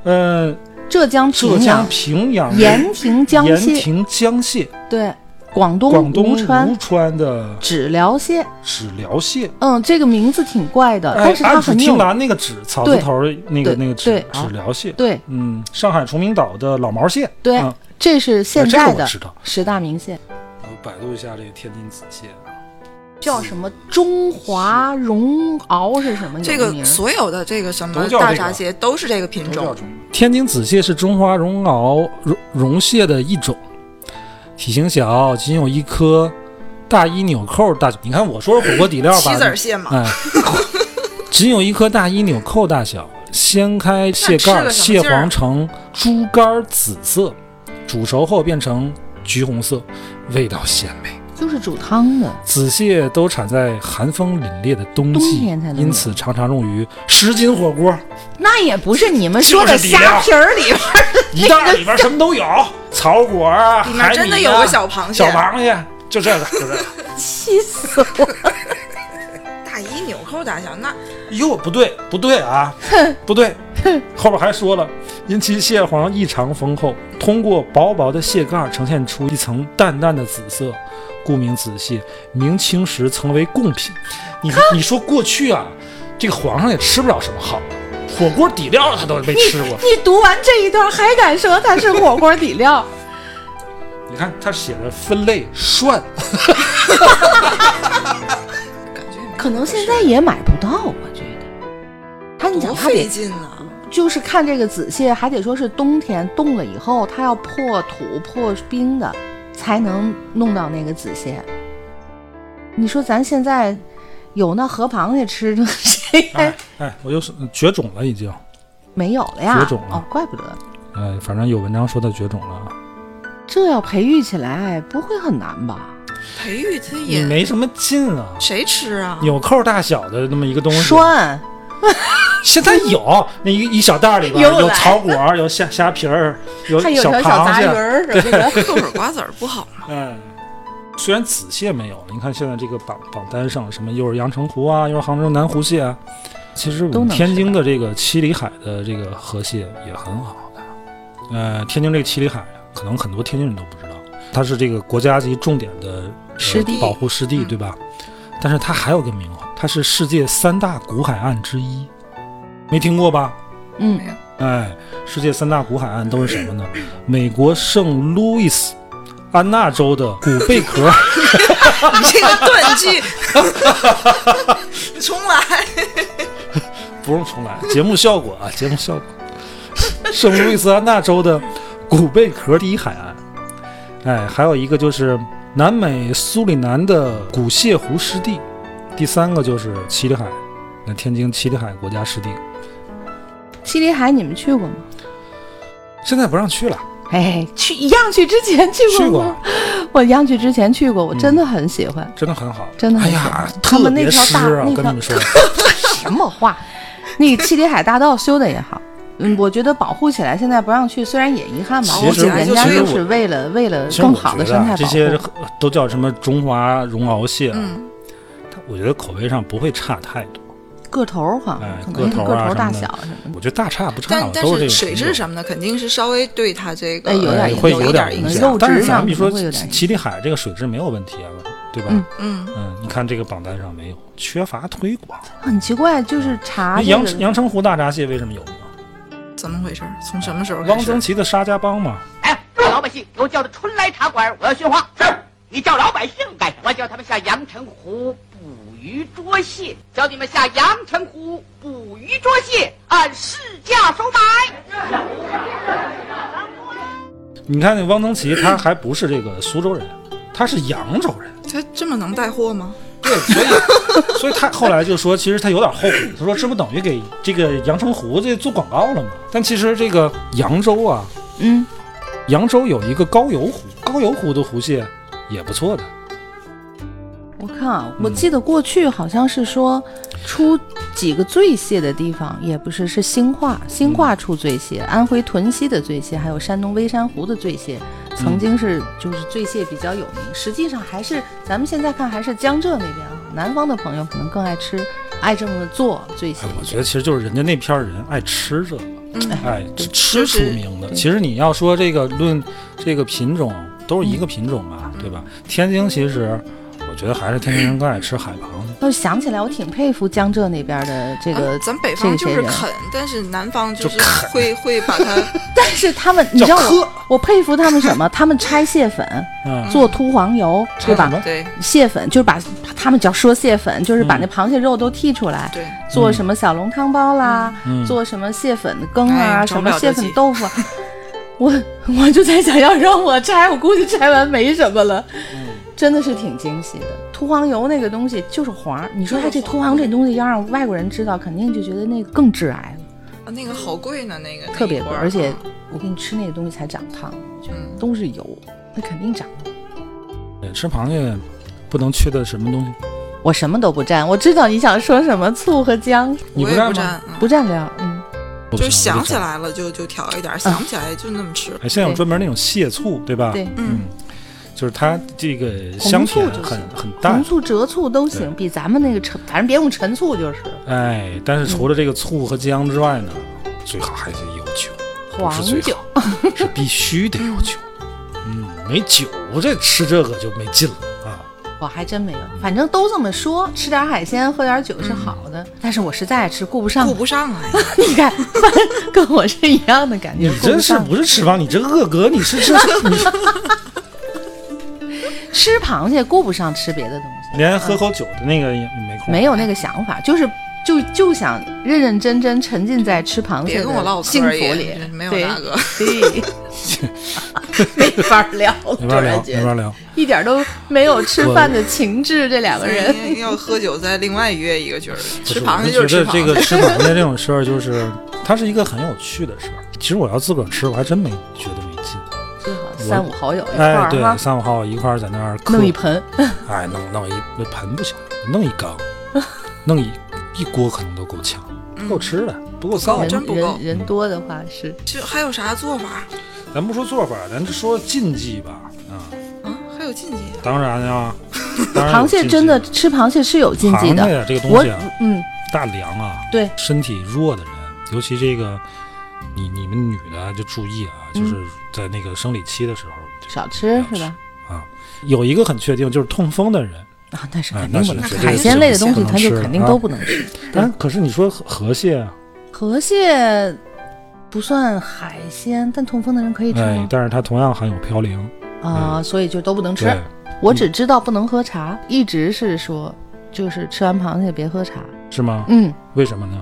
Speaker 1: 嗯，
Speaker 2: 浙江
Speaker 1: 浙
Speaker 2: 平
Speaker 1: 江
Speaker 2: 阳、
Speaker 1: 平阳的
Speaker 2: 盐亭江
Speaker 1: 盐
Speaker 2: 蟹，
Speaker 1: 亭江蟹，
Speaker 2: 对，广东
Speaker 1: 广东
Speaker 2: 吴川
Speaker 1: 吴川的
Speaker 2: 纸鹩蟹，
Speaker 1: 纸鹩蟹。
Speaker 2: 嗯，这个名字挺怪的，
Speaker 1: 哎
Speaker 2: 呃但是，它
Speaker 1: 安土
Speaker 2: 很
Speaker 1: 青
Speaker 2: 有
Speaker 1: 蓝那个纸草字
Speaker 2: 对
Speaker 1: 头儿那个
Speaker 2: 对
Speaker 1: 那个纸
Speaker 2: 对啊
Speaker 1: 纸鹩蟹，
Speaker 2: 对
Speaker 1: 嗯，上海崇明岛的老毛蟹，
Speaker 2: 对
Speaker 1: 嗯
Speaker 2: 这是现在
Speaker 1: 这个我
Speaker 2: 的
Speaker 1: 知道。
Speaker 2: 十大名蟹，
Speaker 1: 我百度一下这个天津紫蟹，啊
Speaker 2: 叫什么中华荣鳌是什么？
Speaker 4: 这
Speaker 2: 有
Speaker 4: 个
Speaker 2: 名儿
Speaker 4: 所有的这个什么
Speaker 1: 都叫
Speaker 4: 大
Speaker 1: 这个
Speaker 4: 闸蟹都是这个品种，
Speaker 1: 天津紫蟹是中华绒螯绒绒蟹的一种，体型小，仅有一颗大衣纽扣大小。你看我说是火锅底料吧，
Speaker 4: 棋子儿蟹嘛，
Speaker 1: 哎， 仅有一颗大衣纽扣大小，掀开蟹盖儿，
Speaker 4: 那吃
Speaker 1: 蟹
Speaker 4: 了什么劲儿
Speaker 1: 黄呈猪肝儿紫色，煮熟后变成橘红色，味道鲜美。
Speaker 2: 就是煮汤的，
Speaker 1: 紫蟹都产在寒风凛冽的冬季，
Speaker 2: 冬天才能有
Speaker 1: 因此常常用于什锦火锅，
Speaker 2: 那也不是你们 说的
Speaker 1: 就是底料
Speaker 2: 虾皮儿里边儿
Speaker 1: 一袋里边什么都有，草果 啊，
Speaker 4: 里
Speaker 1: 海
Speaker 4: 面
Speaker 1: 米
Speaker 4: 真的
Speaker 1: 啊
Speaker 4: 有个小螃蟹
Speaker 1: 小，螃蟹，就这个，就这个。
Speaker 2: 气死我！
Speaker 1: 嗯
Speaker 4: 大衣纽扣大小，那
Speaker 1: 哟，不对，不对啊， 不对，后边还说了，因其蟹黄异常丰厚，通过薄薄的蟹盖呈现出一层淡淡的紫色，故名紫蟹。明清时曾为贡品。你你说过去啊，这个皇上也吃不了什么好的，火锅底料他都没吃过。
Speaker 2: 你读完这一段还敢说它是火锅底料？
Speaker 1: 你看他写的分类涮，
Speaker 2: 可能现在也买不到，我觉得。他你
Speaker 4: 多
Speaker 2: 想，它得
Speaker 4: 费劲呢。
Speaker 2: 就是看这个紫蟹，还得说是冬天冻了以后，它要破土破冰的，才能弄到那个紫蟹。你说咱现在有那河螃蟹吃的，谁还
Speaker 1: 哎哎，我就是绝种了已经。
Speaker 2: 没有了呀？
Speaker 1: 绝种啊了
Speaker 2: 哦，怪不得
Speaker 1: 哎，反正有文章说他绝种了啊。
Speaker 2: 这要培育起来不会很难吧？
Speaker 4: 培育它
Speaker 1: 你
Speaker 4: 也
Speaker 1: 没什么劲啊，
Speaker 4: 谁吃啊？
Speaker 1: 纽扣大小的那么一个东西。
Speaker 2: 栓
Speaker 1: 现在有那一一小袋里边
Speaker 2: 又来
Speaker 1: 有草果，有虾虾皮儿，有
Speaker 2: 还有条小
Speaker 1: 螃
Speaker 2: 杂鱼
Speaker 1: 蟹。
Speaker 2: 儿什么的，
Speaker 4: 豆粉瓜子儿不好吗？
Speaker 1: 嗯，虽然紫蟹没有，你看现在这个榜榜单上什么又是阳澄湖啊，又是杭州南湖蟹啊，其实我
Speaker 2: 都
Speaker 1: 们
Speaker 2: 能
Speaker 1: 天
Speaker 2: 吃
Speaker 1: 津
Speaker 2: 到
Speaker 1: 的这个七里海的这个河蟹也很好的，呃，天津这个七里海可能很多天津人都不知道，它是这个国家级重点的、呃
Speaker 2: 湿地嗯
Speaker 1: 保护湿地，对吧？但是它还有个名号，它是世界三大古海岸之一，没听过吧？
Speaker 2: 嗯，
Speaker 1: 哎，世界三大古海岸都是什么呢？美国圣路易斯安那州的古贝壳。
Speaker 4: 你这个断句，你 重来。
Speaker 1: 不用重来，节目效果啊，节目效果。圣路易斯安那州的古贝壳第一海岸，哎，还有一个就是南美苏里南的古泻湖湿地，第三个就是七里海，那天津七里海国家湿地，
Speaker 2: 七里海你们去过吗？
Speaker 1: 现在不让去了，
Speaker 2: 哎，去样去之前去
Speaker 1: 去
Speaker 2: 过
Speaker 1: 过
Speaker 2: 吗？，我样去之前去过，我
Speaker 1: 嗯
Speaker 2: 真的很喜欢。
Speaker 1: 真的很好，
Speaker 2: 真的
Speaker 1: 哎
Speaker 2: 很喜
Speaker 1: 呀
Speaker 2: 欢，他
Speaker 1: 特
Speaker 2: 们那
Speaker 1: 别
Speaker 2: 条
Speaker 1: 湿
Speaker 2: 大
Speaker 1: 啊，
Speaker 2: 那
Speaker 1: 跟
Speaker 2: 条
Speaker 1: 你们说，
Speaker 2: 什么话？那个七里海大道修的也好，嗯，我觉得保护起来现在不让去，虽然也遗憾吧，
Speaker 1: 其
Speaker 2: 我
Speaker 1: 实
Speaker 2: 觉得人家
Speaker 4: 其实
Speaker 2: 就
Speaker 1: 我
Speaker 2: 是为了为了
Speaker 1: 其实我
Speaker 2: 更好的
Speaker 1: 觉
Speaker 2: 生
Speaker 1: 得啊
Speaker 2: 态
Speaker 1: 这
Speaker 2: 保
Speaker 1: 些
Speaker 2: 护。
Speaker 1: 都叫什么中华绒螯蟹啊，
Speaker 4: 嗯，
Speaker 1: 它我觉得口味上不会差太多。
Speaker 2: 个头儿好
Speaker 1: 哎
Speaker 2: 像可
Speaker 1: 个
Speaker 2: 能是
Speaker 1: 头
Speaker 2: 个
Speaker 1: 儿啊
Speaker 2: 头儿
Speaker 1: 什么
Speaker 2: 大
Speaker 1: 的
Speaker 2: 小什么的，
Speaker 1: 我觉得大差不差
Speaker 4: 但
Speaker 1: 了，
Speaker 4: 但
Speaker 1: 都这
Speaker 4: 是
Speaker 1: 个
Speaker 4: 水
Speaker 1: 品种
Speaker 4: 质什么的肯定是稍微对它这个
Speaker 2: 哎有点
Speaker 1: 也
Speaker 2: 影
Speaker 1: 会
Speaker 2: 响
Speaker 1: 有
Speaker 4: 有
Speaker 1: 点
Speaker 4: 点
Speaker 1: 影
Speaker 4: 影
Speaker 1: 响
Speaker 2: 肉。质
Speaker 1: 但是
Speaker 2: 上
Speaker 1: 咱们一说
Speaker 2: 可能会有点影响
Speaker 1: 七里海这个水质没有问题啊，对吧？
Speaker 2: 嗯
Speaker 4: 嗯，
Speaker 1: 嗯，你看这个榜单上没有，缺乏推广。
Speaker 2: 很奇怪，就是查
Speaker 1: 那
Speaker 2: 这
Speaker 1: 阳
Speaker 2: 个
Speaker 1: 阳澄湖大闸蟹为什么有名？
Speaker 4: 怎么回事？从什么时候开
Speaker 1: 汪
Speaker 4: 始？
Speaker 1: 曾祺的沙家浜嘛，
Speaker 8: 哎，老百姓给我叫到春来茶馆，我要训话。是，你叫老百姓干什么？我叫他们下阳澄湖捕鱼捉蟹，叫你们下阳澄湖捕鱼捉蟹，按市价收买。
Speaker 1: 你看那汪曾祺他还不是这个苏州人，他是扬州人。
Speaker 4: 它这么能带货吗？
Speaker 1: 对， 所以所以他后来就说，其实他有点后悔，他说这不等于给这个阳澄湖这做广告了吗？但其实这个扬州啊，
Speaker 2: 嗯，
Speaker 1: 扬州有一个高邮湖，高邮湖的湖蟹也不错的。
Speaker 2: 我看啊，我记得过去好像是说出几个醉蟹的地方，也不是是兴化，兴化出醉蟹，安徽屯溪的醉蟹，还有山东微山湖的醉蟹，曾经是就是醉蟹比较有名。实际上还是咱们现在看还是江浙那边啊，南方的朋友可能更爱吃，爱这么做醉蟹
Speaker 1: 哎，我
Speaker 2: 一
Speaker 1: 觉
Speaker 2: 点。
Speaker 1: 得其实就是人家那片儿人爱吃这个，哎，
Speaker 2: 对
Speaker 1: 吃出名的。其实你要说这个论这个品种，都是一个品种嘛，对吧？天津其实我觉得还是天津人更爱吃海螃蟹。
Speaker 2: 要想起来，我挺佩服江浙那边的这个
Speaker 4: 啊，咱北
Speaker 2: 这
Speaker 4: 方
Speaker 2: 个
Speaker 4: 就
Speaker 2: 些
Speaker 4: 是
Speaker 2: 人，
Speaker 4: 啃，但是南方就
Speaker 1: 就是啃
Speaker 4: 会会把 它
Speaker 2: 但是他们，你知道我我佩服他们什么？他们拆蟹粉
Speaker 1: 嗯，
Speaker 2: 做秃黄油，对吧？
Speaker 4: 嗯对
Speaker 2: 蟹粉，就是把把他们叫说蟹粉，就是把那螃蟹肉都剔出来，
Speaker 4: 对，
Speaker 2: 做什么小笼汤包啦，
Speaker 1: 嗯
Speaker 2: 做什么蟹粉的羹啊，
Speaker 4: 哎
Speaker 2: 什么
Speaker 4: 装不了
Speaker 2: 蟹
Speaker 4: 这
Speaker 2: 粉
Speaker 4: 集
Speaker 2: 豆腐啊。我我就在想要让我拆，我估计拆完没什么了。 真的是挺惊喜的，秃黄油那个东西就是黄儿，你说它这秃黄这东西要让外国人知道，肯定就觉得那个更致癌了，
Speaker 4: 啊那个好贵呢，那个
Speaker 2: 特别
Speaker 4: 那
Speaker 2: 贵。
Speaker 4: 一罐儿啊
Speaker 2: 而且嗯我给你吃那个东西才长胖，我觉得都是油，那肯定长。
Speaker 1: 嗯对吃螃蟹不能缺的什么东西？
Speaker 2: 我什么都不蘸，我知道你想说什么，醋和姜
Speaker 1: 你
Speaker 4: 我也
Speaker 1: 蘸
Speaker 4: 不
Speaker 1: 吗？
Speaker 4: 蘸，嗯
Speaker 2: 不蘸料，嗯。
Speaker 1: 我不啊
Speaker 4: 就是
Speaker 1: 行我
Speaker 4: 想
Speaker 1: 就
Speaker 4: 起
Speaker 1: 蘸。
Speaker 4: 来了就就调一点儿，想不起来就那么吃。
Speaker 1: 哎，现在有
Speaker 2: 对
Speaker 1: 专门那种蟹醋，对吧？
Speaker 2: 对，
Speaker 1: 嗯，就是它这个
Speaker 2: 红
Speaker 1: 香
Speaker 2: 醋
Speaker 1: 甜
Speaker 2: 就
Speaker 1: 很
Speaker 2: 行
Speaker 1: 很淡
Speaker 2: 红，醋、浙醋都行，比咱们那个陈，反正别用陈醋就是
Speaker 1: 哎，但是除了这个醋和姜之外呢，最好还得有酒，不
Speaker 2: 黄
Speaker 1: 是最
Speaker 2: 酒
Speaker 1: 好。， 是必须得有酒。嗯，没酒这吃这个就没劲了啊。
Speaker 2: 我还真没有，反正都这么说，吃点海鲜，喝点酒是好
Speaker 1: 嗯
Speaker 2: 的。但是我实在吃顾不上
Speaker 4: 顾，不上啊，
Speaker 2: 你看， 跟我是一样的感觉。
Speaker 1: 你这是
Speaker 2: 顾不上
Speaker 1: 不是吃饭？你这恶哥，你是这你
Speaker 2: 吃螃蟹顾不上吃别的东西，
Speaker 1: 连喝口酒的那个也没空。
Speaker 2: 没有那个想法，就是。就就想认认真真沉浸在吃螃蟹
Speaker 4: 别跟我
Speaker 2: 的
Speaker 4: 唠
Speaker 2: 幸
Speaker 4: 嗑
Speaker 2: 福
Speaker 4: 儿也
Speaker 2: 里，
Speaker 4: 没有
Speaker 2: 对
Speaker 4: 那个，
Speaker 2: 对， 没法聊，
Speaker 1: 没法
Speaker 2: 突然
Speaker 1: 聊，
Speaker 2: 觉
Speaker 1: 没
Speaker 2: 得
Speaker 1: 法聊。
Speaker 2: 一点都没有吃饭的情致。这两个人，
Speaker 4: 要喝酒再另外约一个局儿，
Speaker 1: 不
Speaker 4: 吃
Speaker 1: 是
Speaker 4: 螃蟹
Speaker 1: 我
Speaker 4: 就是
Speaker 1: 觉
Speaker 4: 吃
Speaker 1: 得这
Speaker 4: 螃
Speaker 1: 个
Speaker 4: 蟹。
Speaker 1: 吃螃蟹这种事儿，就是它是一个很有趣的事儿。其实我要自个儿吃，我还真没觉得没劲。
Speaker 2: 最好三五好友一块
Speaker 1: 哎，
Speaker 2: 儿
Speaker 1: 对，
Speaker 2: 哈，
Speaker 1: 三五好友一块儿在那儿嗑
Speaker 2: 弄一盆，
Speaker 1: 哎，弄弄一那盆不行，弄一 缸，弄一一锅可能都够呛，
Speaker 2: 嗯
Speaker 1: 不够吃的，不够造
Speaker 4: 哦
Speaker 1: 的。
Speaker 4: 真
Speaker 2: 人
Speaker 4: 不够
Speaker 2: 人人多的话是
Speaker 4: 就还有啥做法
Speaker 1: 咱不说做法，咱就说禁忌吧。啊，
Speaker 4: 啊？还有禁忌？
Speaker 1: 当然呀，当然有
Speaker 2: 螃蟹
Speaker 1: 禁忌
Speaker 2: 真的吃螃蟹是有禁忌
Speaker 1: 螃
Speaker 2: 的，
Speaker 1: 蟹这个东
Speaker 2: 我
Speaker 1: 西啊，
Speaker 2: 嗯，
Speaker 1: 大梁啊，
Speaker 2: 对，
Speaker 1: 身体弱的人，尤其这个你你们女的就注意啊，就是在那个生理期的时候，
Speaker 2: 少吃
Speaker 1: 嗯
Speaker 2: 是吧？
Speaker 1: 有一个很确定就是痛风的人，
Speaker 2: 啊，那是
Speaker 1: 啊
Speaker 2: 肯
Speaker 1: 那
Speaker 2: 定
Speaker 1: 是
Speaker 2: 不能吃，
Speaker 1: 绝对
Speaker 2: 海
Speaker 1: 是
Speaker 2: 鲜类的
Speaker 1: 不
Speaker 2: 东西
Speaker 1: 能
Speaker 2: 它就
Speaker 1: 吃
Speaker 2: 肯定
Speaker 1: 啊
Speaker 2: 都不能吃。
Speaker 1: 但可是你说河河蟹啊，
Speaker 2: 河蟹不算海鲜，但痛风的人可以吃
Speaker 1: 哎
Speaker 2: 吗，？
Speaker 1: 但是它同样含有嘌呤，
Speaker 2: 啊，所以就都不能吃
Speaker 1: 哎对。，
Speaker 2: 我只知道不能喝茶，一直是说就是吃完螃蟹别喝茶。
Speaker 1: 是吗？
Speaker 2: 嗯，
Speaker 1: 为什么呢？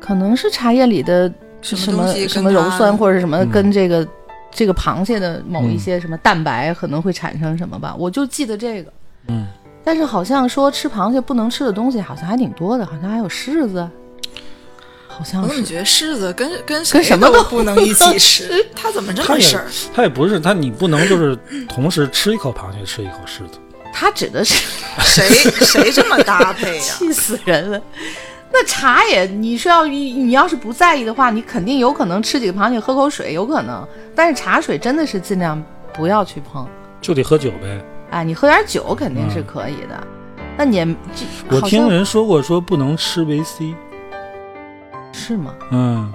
Speaker 2: 可能是茶叶里的
Speaker 4: 什
Speaker 2: 什
Speaker 4: 么
Speaker 2: 么
Speaker 4: 东西
Speaker 2: 什
Speaker 4: 跟
Speaker 2: 么
Speaker 4: 它
Speaker 2: 鞣酸或者什么
Speaker 1: 嗯
Speaker 2: 跟这个这个螃蟹的某一
Speaker 1: 嗯
Speaker 2: 些什么蛋白可能会产生什么吧，我就记得这个。
Speaker 1: 嗯，
Speaker 2: 但是好像说吃螃蟹不能吃的东西好像还挺多的，好像还有柿子，好
Speaker 4: 我
Speaker 1: 嗯
Speaker 2: 像
Speaker 4: 怎么
Speaker 2: 是
Speaker 4: 觉得柿子跟跟
Speaker 2: 跟什么
Speaker 4: 都
Speaker 2: 都
Speaker 4: 不能一 起吃？它怎么这
Speaker 1: 它
Speaker 4: 么
Speaker 1: 也
Speaker 4: 事儿？
Speaker 1: 它也不是它，你不能就是同时吃一口螃蟹，吃一口柿子。
Speaker 2: 它指的是。
Speaker 4: 谁谁这么搭配 呀、
Speaker 2: 气死人了。那茶也，你是要一你要是不在意的话，你肯定有可能吃几个螃蟹喝口水，有可能。但是茶水真的是尽量不要去碰。
Speaker 1: 就得喝酒呗。
Speaker 2: 哎，你喝点酒肯定是可以的。那你也这
Speaker 1: 嗯我
Speaker 2: 好
Speaker 1: 听
Speaker 2: 像
Speaker 1: 人说过，说不能吃维 C。
Speaker 2: 是吗？
Speaker 1: 嗯，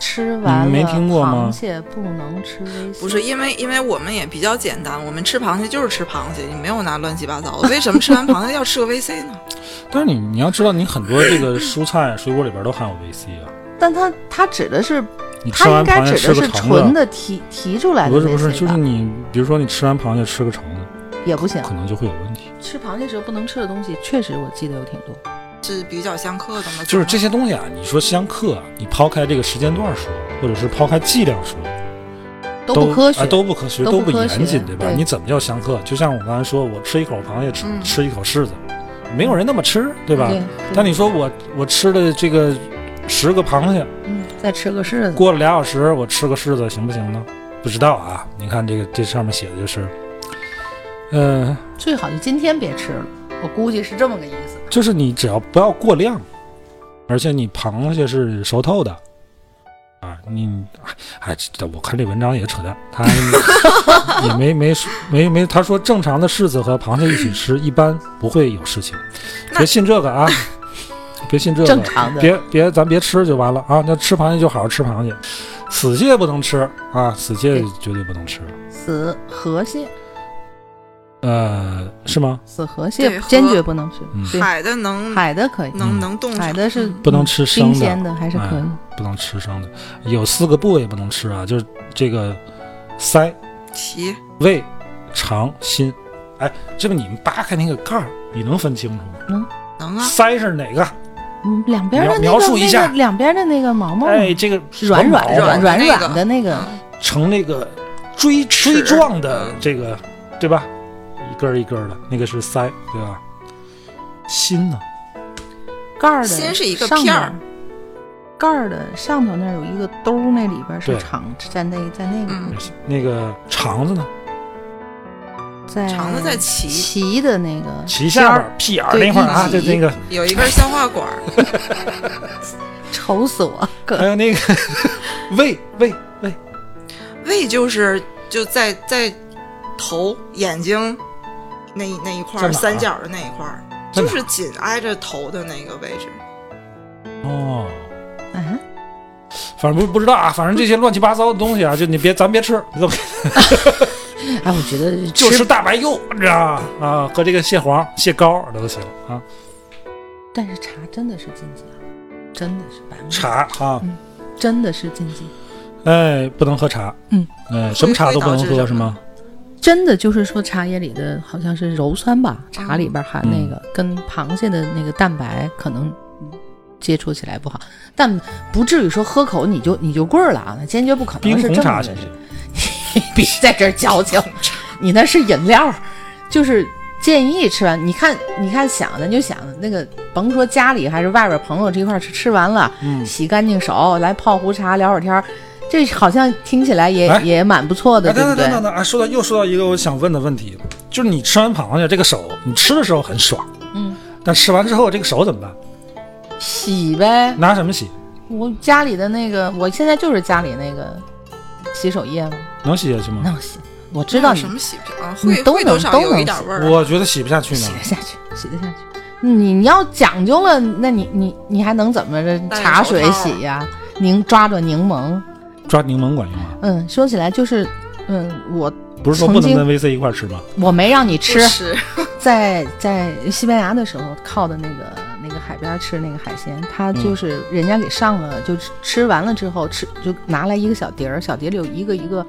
Speaker 2: 吃完了
Speaker 1: 你没听过吗
Speaker 2: 螃蟹不能吃微
Speaker 4: 不是因为因为我们也比较简单，我们吃螃蟹就是吃螃蟹，你没有拿乱七八糟的。为什么吃完螃蟹要吃个 VC 呢？
Speaker 1: 但是你你要知道，你很多这个蔬菜水果里边都含有维 C 啊。
Speaker 2: 但它它指的是，
Speaker 1: 你吃
Speaker 2: 它
Speaker 1: 完
Speaker 2: 应该
Speaker 1: 螃蟹
Speaker 2: 指
Speaker 1: 吃
Speaker 2: 的
Speaker 1: 个
Speaker 2: 是
Speaker 1: 橙
Speaker 2: 纯
Speaker 1: 子，
Speaker 2: 的提提出来的
Speaker 1: 不是
Speaker 2: 微
Speaker 1: 不是，
Speaker 2: 信
Speaker 1: 就是
Speaker 2: 吧啊
Speaker 1: 你，比如说你吃完螃蟹吃个橙子，
Speaker 2: 也不行。
Speaker 1: 可能就会有问题。
Speaker 2: 吃螃蟹时候不能吃的东西，确实我记得有挺多。
Speaker 4: 是比较相克的吗？
Speaker 1: 就是这些东西啊，你说相克啊，你抛开这个时间段说，或者是抛开剂量说，
Speaker 2: 都不科学，
Speaker 1: 啊都不科学，
Speaker 2: 都
Speaker 1: 都
Speaker 2: 不科
Speaker 1: 严
Speaker 2: 学
Speaker 1: 谨，对吧？
Speaker 2: 对
Speaker 1: 你怎么叫相克？就像我刚才说，我吃一口螃蟹，吃、
Speaker 4: 嗯
Speaker 1: 吃一口柿子，没有人那么吃，对吧？
Speaker 2: 对
Speaker 1: 但你说我我吃了这个十个螃蟹，
Speaker 2: 嗯再吃个柿子，
Speaker 1: 过了俩小时我吃个柿子行不行呢？不知道啊，你看这个这上面写的就是，呃，
Speaker 2: 最好就今天别吃了。我估计是这么个意思。
Speaker 1: 就是你只要不要过量，而且你螃蟹是熟透的。啊，你哎，这我看这文章也扯淡， 他也没没说没没，他说正常的柿子和螃蟹一起吃，一般不会有事情，别信这个啊，别信这个，
Speaker 2: 正常的
Speaker 1: 别别咱别吃就完了啊，那吃螃蟹就好好吃螃蟹，死蟹不能吃啊，死蟹
Speaker 2: 对
Speaker 1: 绝对不能吃，
Speaker 2: 死河蟹，
Speaker 1: 呃，是吗？
Speaker 2: 死河蟹
Speaker 4: 对河
Speaker 2: 坚决不能吃
Speaker 1: 嗯。
Speaker 2: 对，
Speaker 4: 海的能
Speaker 2: 海的可以，
Speaker 1: 嗯
Speaker 4: 能能冻
Speaker 2: 海
Speaker 4: 上
Speaker 2: 的是
Speaker 1: 不能吃生
Speaker 2: 冰
Speaker 1: 的哎
Speaker 2: 鲜的，还是可以。
Speaker 1: 不能吃生的，有四个部位不能吃啊，就是这个腮、
Speaker 4: 齐，
Speaker 1: 胃、肠、心。哎，这个你们扒开那个盖儿，你能分清楚吗？
Speaker 4: 能啊，
Speaker 1: 腮是哪个？
Speaker 2: 嗯，两边的那个
Speaker 1: 描描述一下
Speaker 2: 那个两边的那个毛毛，
Speaker 1: 哎，这个
Speaker 2: 软软
Speaker 1: 毛毛
Speaker 2: 软
Speaker 4: 软
Speaker 2: 软
Speaker 4: 那个
Speaker 2: 软的那个，
Speaker 1: 成那个锥锥状的这个，对吧？一根儿一根儿的，那个是腮，对吧？心呢？
Speaker 2: 盖儿的
Speaker 4: 先是一个
Speaker 2: 上
Speaker 4: 片
Speaker 2: 头
Speaker 4: 儿，
Speaker 2: 盖儿的上头那儿有一个兜儿，那里边是
Speaker 1: 对
Speaker 2: 肠，在那在那个
Speaker 4: 嗯，
Speaker 1: 那个肠子呢？
Speaker 2: 在
Speaker 4: 肠子在齐，
Speaker 2: 脐的那个
Speaker 1: 脐
Speaker 2: 尖
Speaker 1: 下边
Speaker 2: 儿，
Speaker 1: 儿屁眼儿
Speaker 2: 对
Speaker 1: 那块儿啊，
Speaker 2: 一
Speaker 1: 就
Speaker 2: 起
Speaker 1: 那个，
Speaker 4: 有一根消化管儿，
Speaker 2: 愁死我！ 啊
Speaker 1: 还有那个 胃胃胃，
Speaker 4: 胃就是就在在头眼睛那一那一块
Speaker 1: 在
Speaker 4: 儿
Speaker 1: 哪儿啊
Speaker 4: 三角的那一块儿，
Speaker 1: 在
Speaker 4: 就
Speaker 1: 哪儿啊
Speaker 4: 是紧挨着头的那个位置。
Speaker 1: 哦。
Speaker 2: 啊，
Speaker 1: 反正不不知道啊，反正这些乱七八糟的东西啊，就你别咱别吃，你怎么
Speaker 2: 哎，我觉得
Speaker 1: 就
Speaker 2: 吃
Speaker 1: 吃大白柚，你知道吗？啊，和这个蟹黄、蟹膏都行啊。
Speaker 2: 但是茶真的是禁忌啊，真的是百分之
Speaker 1: 茶啊，
Speaker 2: 真的是禁忌，
Speaker 1: 哎，不能喝茶。
Speaker 2: 嗯，
Speaker 1: 哎，什么茶都不能喝是吗？
Speaker 2: 真的就是说茶叶里的好像是鞣酸吧，
Speaker 1: 嗯
Speaker 2: 茶里边含那个、跟螃蟹的那个蛋白可能接触起来不好，但不至于说喝口你就你就棍儿了啊，那坚决不可能
Speaker 1: 冰
Speaker 2: 是
Speaker 1: 红
Speaker 2: 这么
Speaker 1: 茶
Speaker 2: 个
Speaker 1: 行
Speaker 2: 事
Speaker 1: 不行？
Speaker 2: 别在这儿矫 情，你那是饮料，就是建议吃完。你看，你看想的你就想那个，甭说家里还是外边朋友这一块儿吃吃完了，
Speaker 1: 嗯
Speaker 2: 洗干净手，来泡壶茶聊会儿天儿，这好像听起来也、
Speaker 1: 哎
Speaker 2: 也蛮不错的，
Speaker 1: 哎，
Speaker 2: 对不
Speaker 1: 等等
Speaker 2: 对
Speaker 1: 等？等等啊！说到又说到一个我想问的问题，就是你吃完螃蟹这个手，你吃的时候很爽，
Speaker 2: 嗯，
Speaker 1: 但吃完之后这个手怎么办？
Speaker 2: 洗呗，
Speaker 1: 拿什么洗？
Speaker 2: 我家里的那个，我现在就是家里那个洗手液嘛，
Speaker 1: 能洗下去吗？
Speaker 2: 能洗。我知道
Speaker 4: 有
Speaker 2: 你
Speaker 4: 什么洗不啊？
Speaker 2: 你
Speaker 4: 会
Speaker 2: 都
Speaker 4: 会
Speaker 2: 能
Speaker 4: 多少
Speaker 2: 都
Speaker 4: 有
Speaker 2: 能
Speaker 4: 一点
Speaker 2: 洗
Speaker 4: 味儿。啊
Speaker 1: 我觉得洗不下去呢
Speaker 2: 洗得。下去，洗得下去。你你要讲究了，那你你你还能怎么着？
Speaker 4: 戴着
Speaker 2: 茶
Speaker 4: 手
Speaker 2: 水
Speaker 4: 套
Speaker 2: 洗呀、柠抓着柠檬。
Speaker 1: 抓柠檬管用吗？
Speaker 2: 嗯，说起来就是，嗯，我
Speaker 1: 不是说不能
Speaker 2: 曾经
Speaker 1: 跟 VC 一块儿吃吗？
Speaker 2: 我没让你吃
Speaker 4: 不，吃
Speaker 2: 在在西班牙的时候靠的那个那个海边儿吃那个海鲜，它就是人家给上了，就吃吃完了之后吃就拿来一个小碟儿，小碟里有一个一个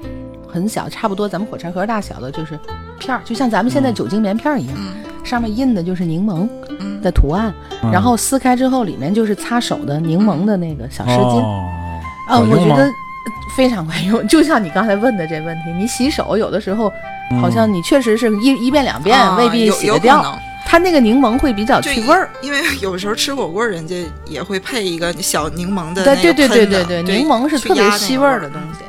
Speaker 2: 很小，差不多咱们火柴盒大小的，就是片儿，就像咱们现在
Speaker 1: 嗯
Speaker 2: 酒精棉片儿一样，上面印的就是柠檬
Speaker 4: 嗯
Speaker 2: 的图案，
Speaker 1: 嗯
Speaker 2: 然后撕开之后里面就是擦手的柠檬的那个小湿巾。
Speaker 1: 哦，
Speaker 2: 嗯，
Speaker 1: 管
Speaker 2: 我
Speaker 1: 用
Speaker 2: 觉
Speaker 1: 吗
Speaker 2: 得呃非常管用。就像你刚才问的这问题，你洗手有的时候好像你确实是一一遍两遍
Speaker 4: 啊
Speaker 2: 未必
Speaker 4: 有
Speaker 2: 洗
Speaker 4: 有
Speaker 2: 得
Speaker 4: 可
Speaker 2: 掉，
Speaker 4: 能
Speaker 2: 它那个柠檬会比较
Speaker 4: 就
Speaker 2: 啊去味儿。
Speaker 4: 因为有时候吃火锅，人家也会配一个小柠檬的那
Speaker 2: 对
Speaker 4: 个
Speaker 2: 对对对
Speaker 4: 喷
Speaker 2: 对
Speaker 4: 的
Speaker 2: 对，柠檬是
Speaker 4: 去
Speaker 2: 特别
Speaker 4: 压那个
Speaker 2: 吸味儿的东西。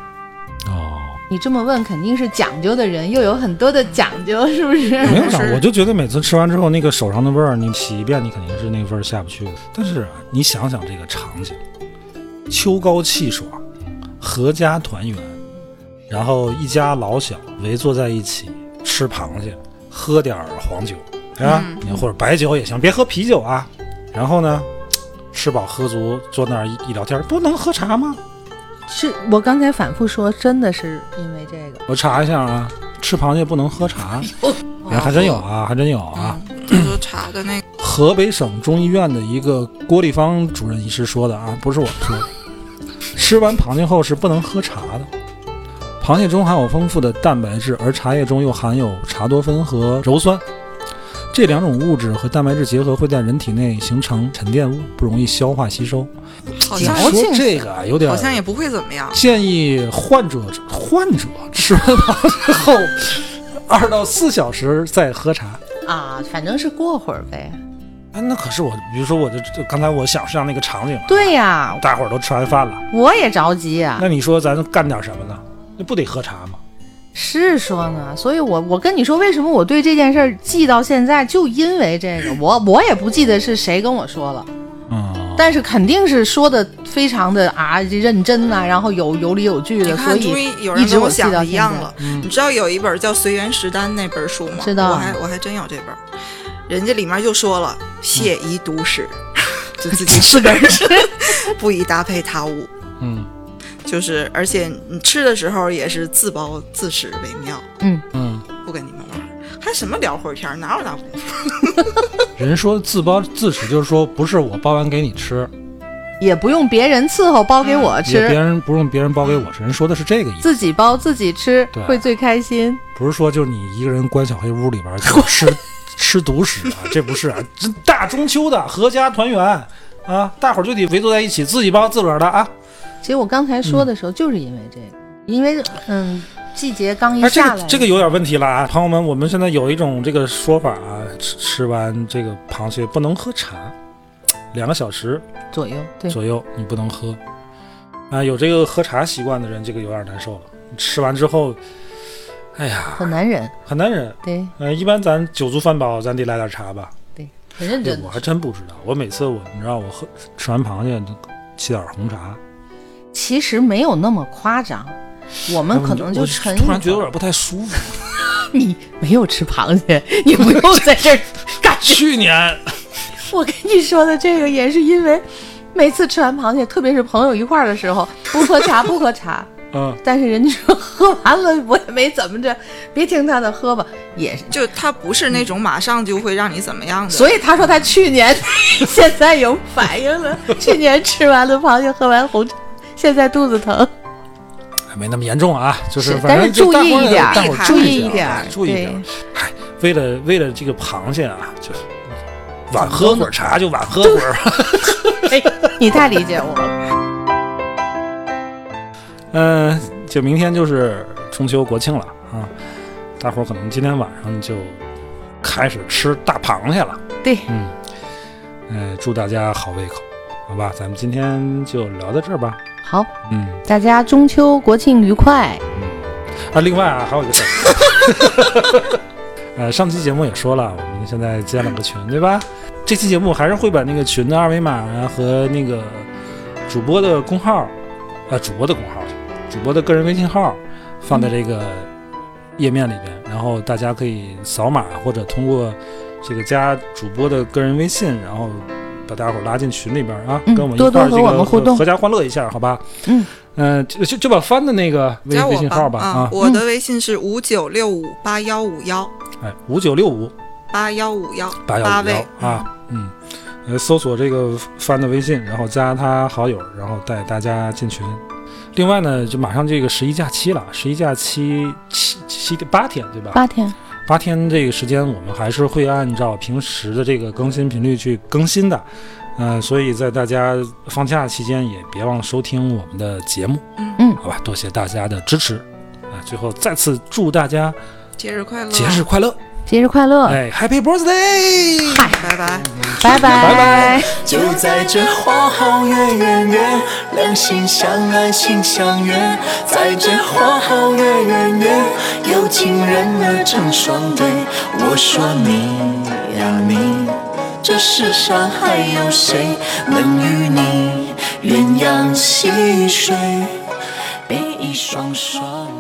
Speaker 1: 哦，
Speaker 2: 你这么问，肯定是讲究的人又有很多的讲究，是不是？
Speaker 1: 没有啥，
Speaker 4: 是
Speaker 1: 我就觉得每次吃完之后，那个手上的味儿，你洗一遍，你肯定是那味儿下不去的。但是啊你想想这个场景，秋高气爽，阖家团圆，然后一家老小围坐在一起吃螃蟹，喝点儿黄酒，啊，你或者白酒也行，别喝啤酒啊。然后呢，吃饱喝足，坐那儿一一聊天儿，不能喝茶吗？
Speaker 2: 是我刚才反复说，真的是因为这个。
Speaker 1: 我查一下啊，吃螃蟹不能喝茶，哎还真有啊，还真有啊。
Speaker 4: 就是茶
Speaker 2: 嗯
Speaker 4: 的那个
Speaker 1: 河北省中医院的一个郭立芳主任医师说的啊，不是我说的。吃完螃蟹后是不能喝茶的。螃蟹中含有丰富的蛋白质，而茶叶中又含有茶多酚和鞣酸，这两种物质和蛋白质结合会在人体内形成沉淀物，不容易消化吸收。
Speaker 4: 好
Speaker 1: 你
Speaker 4: 像
Speaker 2: 是
Speaker 1: 说这个啊有点
Speaker 4: 好像也不会怎么样。
Speaker 1: 建议患者患者吃完螃蟹后二到四小时再喝茶。
Speaker 2: 啊，反正是过会儿呗。
Speaker 1: 哎，那可是我，比如说我就就刚才我想象那个场景啊，
Speaker 2: 对呀、
Speaker 1: 大伙儿都吃完饭了，
Speaker 2: 我也着急呀、
Speaker 1: 那你说咱干点什么呢？那不得喝茶吗？
Speaker 2: 是说呢，所以我我跟你说，为什么我对这件事儿记到现在，就因为这个，我我也不记得是谁跟我说了，
Speaker 1: 嗯，
Speaker 2: 但是肯定是说的非常的啊认真啊，然后有有理有据
Speaker 4: 你
Speaker 2: 的，所
Speaker 4: 看，终于
Speaker 2: 以
Speaker 4: 有
Speaker 2: 一
Speaker 4: 人
Speaker 2: 直
Speaker 4: 跟
Speaker 2: 我
Speaker 4: 我
Speaker 2: 记
Speaker 4: 想
Speaker 2: 到
Speaker 4: 的一
Speaker 2: 现
Speaker 4: 样
Speaker 2: 在嗯
Speaker 4: 了。。你知道有一本叫《随园食单》那本书吗？
Speaker 2: 知道
Speaker 4: 我还我还真有这本儿，人家里面就说了“泻
Speaker 2: 嗯
Speaker 4: 宜独 食”，就自己自个儿吃， 不宜搭配他物。
Speaker 1: 嗯
Speaker 4: 就是，而且你吃的时候也是自包自食为妙，
Speaker 1: 嗯，
Speaker 4: 不跟你们玩儿，还什么聊会儿天儿，哪有那功夫？
Speaker 1: 人说自包自食，就是说不是我包完给你吃，
Speaker 2: 也不用别人伺候包给
Speaker 4: 嗯
Speaker 2: 我
Speaker 1: 也别
Speaker 2: 吃，
Speaker 1: 人不用别人包给我吃，人说的是这个意思，
Speaker 2: 自己包自己吃
Speaker 1: 对啊
Speaker 2: 会最开心。
Speaker 1: 不是说就是你一个人关小黑屋里边儿吃吃独食啊，这不是啊，这大中秋的合家团圆啊，大伙儿就得围坐在一起，自己包自个儿的啊。
Speaker 2: 其实我刚才
Speaker 1: 嗯
Speaker 2: 说的时候，就是因为这个，因为嗯，季节刚一
Speaker 1: 哎，这
Speaker 2: 下来，
Speaker 1: 个这个有点问题了啊，朋友们，我们现在有一种这个说法啊，吃吃完这个螃蟹不能喝茶，两个小时
Speaker 2: 左右，对，
Speaker 1: 左右你不能喝。啊，有这个喝茶习惯的人，这个有点难受了。吃完之后，哎呀，
Speaker 2: 很难忍，
Speaker 1: 很难忍。
Speaker 2: 对，
Speaker 1: 呃，一般咱酒足饭饱，咱得来点茶吧。
Speaker 2: 很认
Speaker 1: 对
Speaker 2: 真，
Speaker 1: 哎我还真不知道，我每次我你知道我喝吃完螃蟹就沏点红茶，
Speaker 2: 其实没有那么夸张。我们
Speaker 1: 哎
Speaker 2: 可能
Speaker 1: 我
Speaker 2: 沉一
Speaker 1: 突然觉
Speaker 2: 会
Speaker 1: 得有
Speaker 2: 儿
Speaker 1: 点不太舒服。。
Speaker 2: 你没有吃螃蟹，你不用在这儿干
Speaker 1: 去年
Speaker 2: 我跟你说的这个也是因为，每次吃完螃蟹，特别是朋友一块儿的时候，不喝茶不喝茶，
Speaker 1: 嗯，
Speaker 2: 但是人家说喝完了我也没怎么着，别听他的喝吧，也是。
Speaker 4: 就它不是那
Speaker 1: 嗯
Speaker 4: 种马上就会让你怎么样的，
Speaker 2: 所以他说他去年 现在有反应了，去年吃完了螃蟹，喝完红茶，现在肚子疼。
Speaker 1: 哎没那么严重啊，就是
Speaker 2: 是
Speaker 1: 反正
Speaker 2: 但是
Speaker 1: 就
Speaker 2: 注
Speaker 1: 大伙
Speaker 2: 意
Speaker 1: 儿
Speaker 2: 一点儿
Speaker 1: 大伙儿
Speaker 4: 注意
Speaker 1: 一
Speaker 4: 一
Speaker 1: 点
Speaker 2: 点
Speaker 1: 儿，
Speaker 2: 儿
Speaker 1: 注意一
Speaker 2: 对
Speaker 1: 点儿。哎，为了为了这个螃蟹啊，就是晚喝会儿茶就晚喝会儿。
Speaker 2: 哎，你太理解我了。
Speaker 1: 嗯，就明天就是中秋国庆了啊，大伙儿可能今天晚上就开始吃大螃蟹了。
Speaker 2: 对，
Speaker 1: 嗯，呃，祝大家好胃口，好吧？咱们今天就聊到这儿吧。
Speaker 2: 好，
Speaker 1: 嗯
Speaker 2: 大家中秋国庆愉快。
Speaker 1: 啊，另外啊，还有一个事儿。 呃，上期节目也说了，我们现在建了个群，对吧？这期节目还是会把那个群的二维码啊和那个主播的公号，啊，主播的公号，主播的个人微信号放在这个页面里边，然后大家可以扫码或者通过这个加主播的个人微信，然后把大家伙儿拉进群里边儿啊，
Speaker 2: 嗯
Speaker 1: 跟我们一
Speaker 2: 多
Speaker 1: 块
Speaker 2: 多
Speaker 1: 儿这
Speaker 2: 和我
Speaker 1: 个
Speaker 2: 们互
Speaker 1: 合
Speaker 2: 动
Speaker 1: 合家欢乐一下，好吧？
Speaker 2: 嗯
Speaker 1: 呃就就就把翻的那个微
Speaker 3: 加
Speaker 1: 微
Speaker 3: 我
Speaker 1: 信号吧
Speaker 3: 啊
Speaker 1: 啊，，
Speaker 3: 我的微信是五九六五八幺五幺
Speaker 1: 哎，五九六五
Speaker 3: 八幺五幺
Speaker 1: 八
Speaker 3: 八
Speaker 1: 幺五
Speaker 3: 位
Speaker 1: 幺啊，嗯，呃，搜索这个帆的微信，然后加他好友，然后带大家进群。另外呢，就马上这个十一假期了，十一假期七七八天对吧？
Speaker 2: 八天，
Speaker 1: 八天这个时间，我们还是会按照平时的这个更新频率去更新的。嗯，所以在大家放假期间也别忘了收听我们的节目，
Speaker 2: 嗯
Speaker 1: 好吧，多谢大家的支持，啊，最后再次祝大家
Speaker 3: 节日快乐，
Speaker 1: 节日快乐，
Speaker 2: 节日快乐，
Speaker 1: 哎，Happy Birthday！
Speaker 3: 拜拜。
Speaker 2: 拜
Speaker 1: 拜拜
Speaker 9: 就在这花好月圆月，两心相爱心相悦，在这花好月圆月，有情人儿成双对。我说你呀、你，这世上还有谁能与你鸳鸯戏水，比翼双双？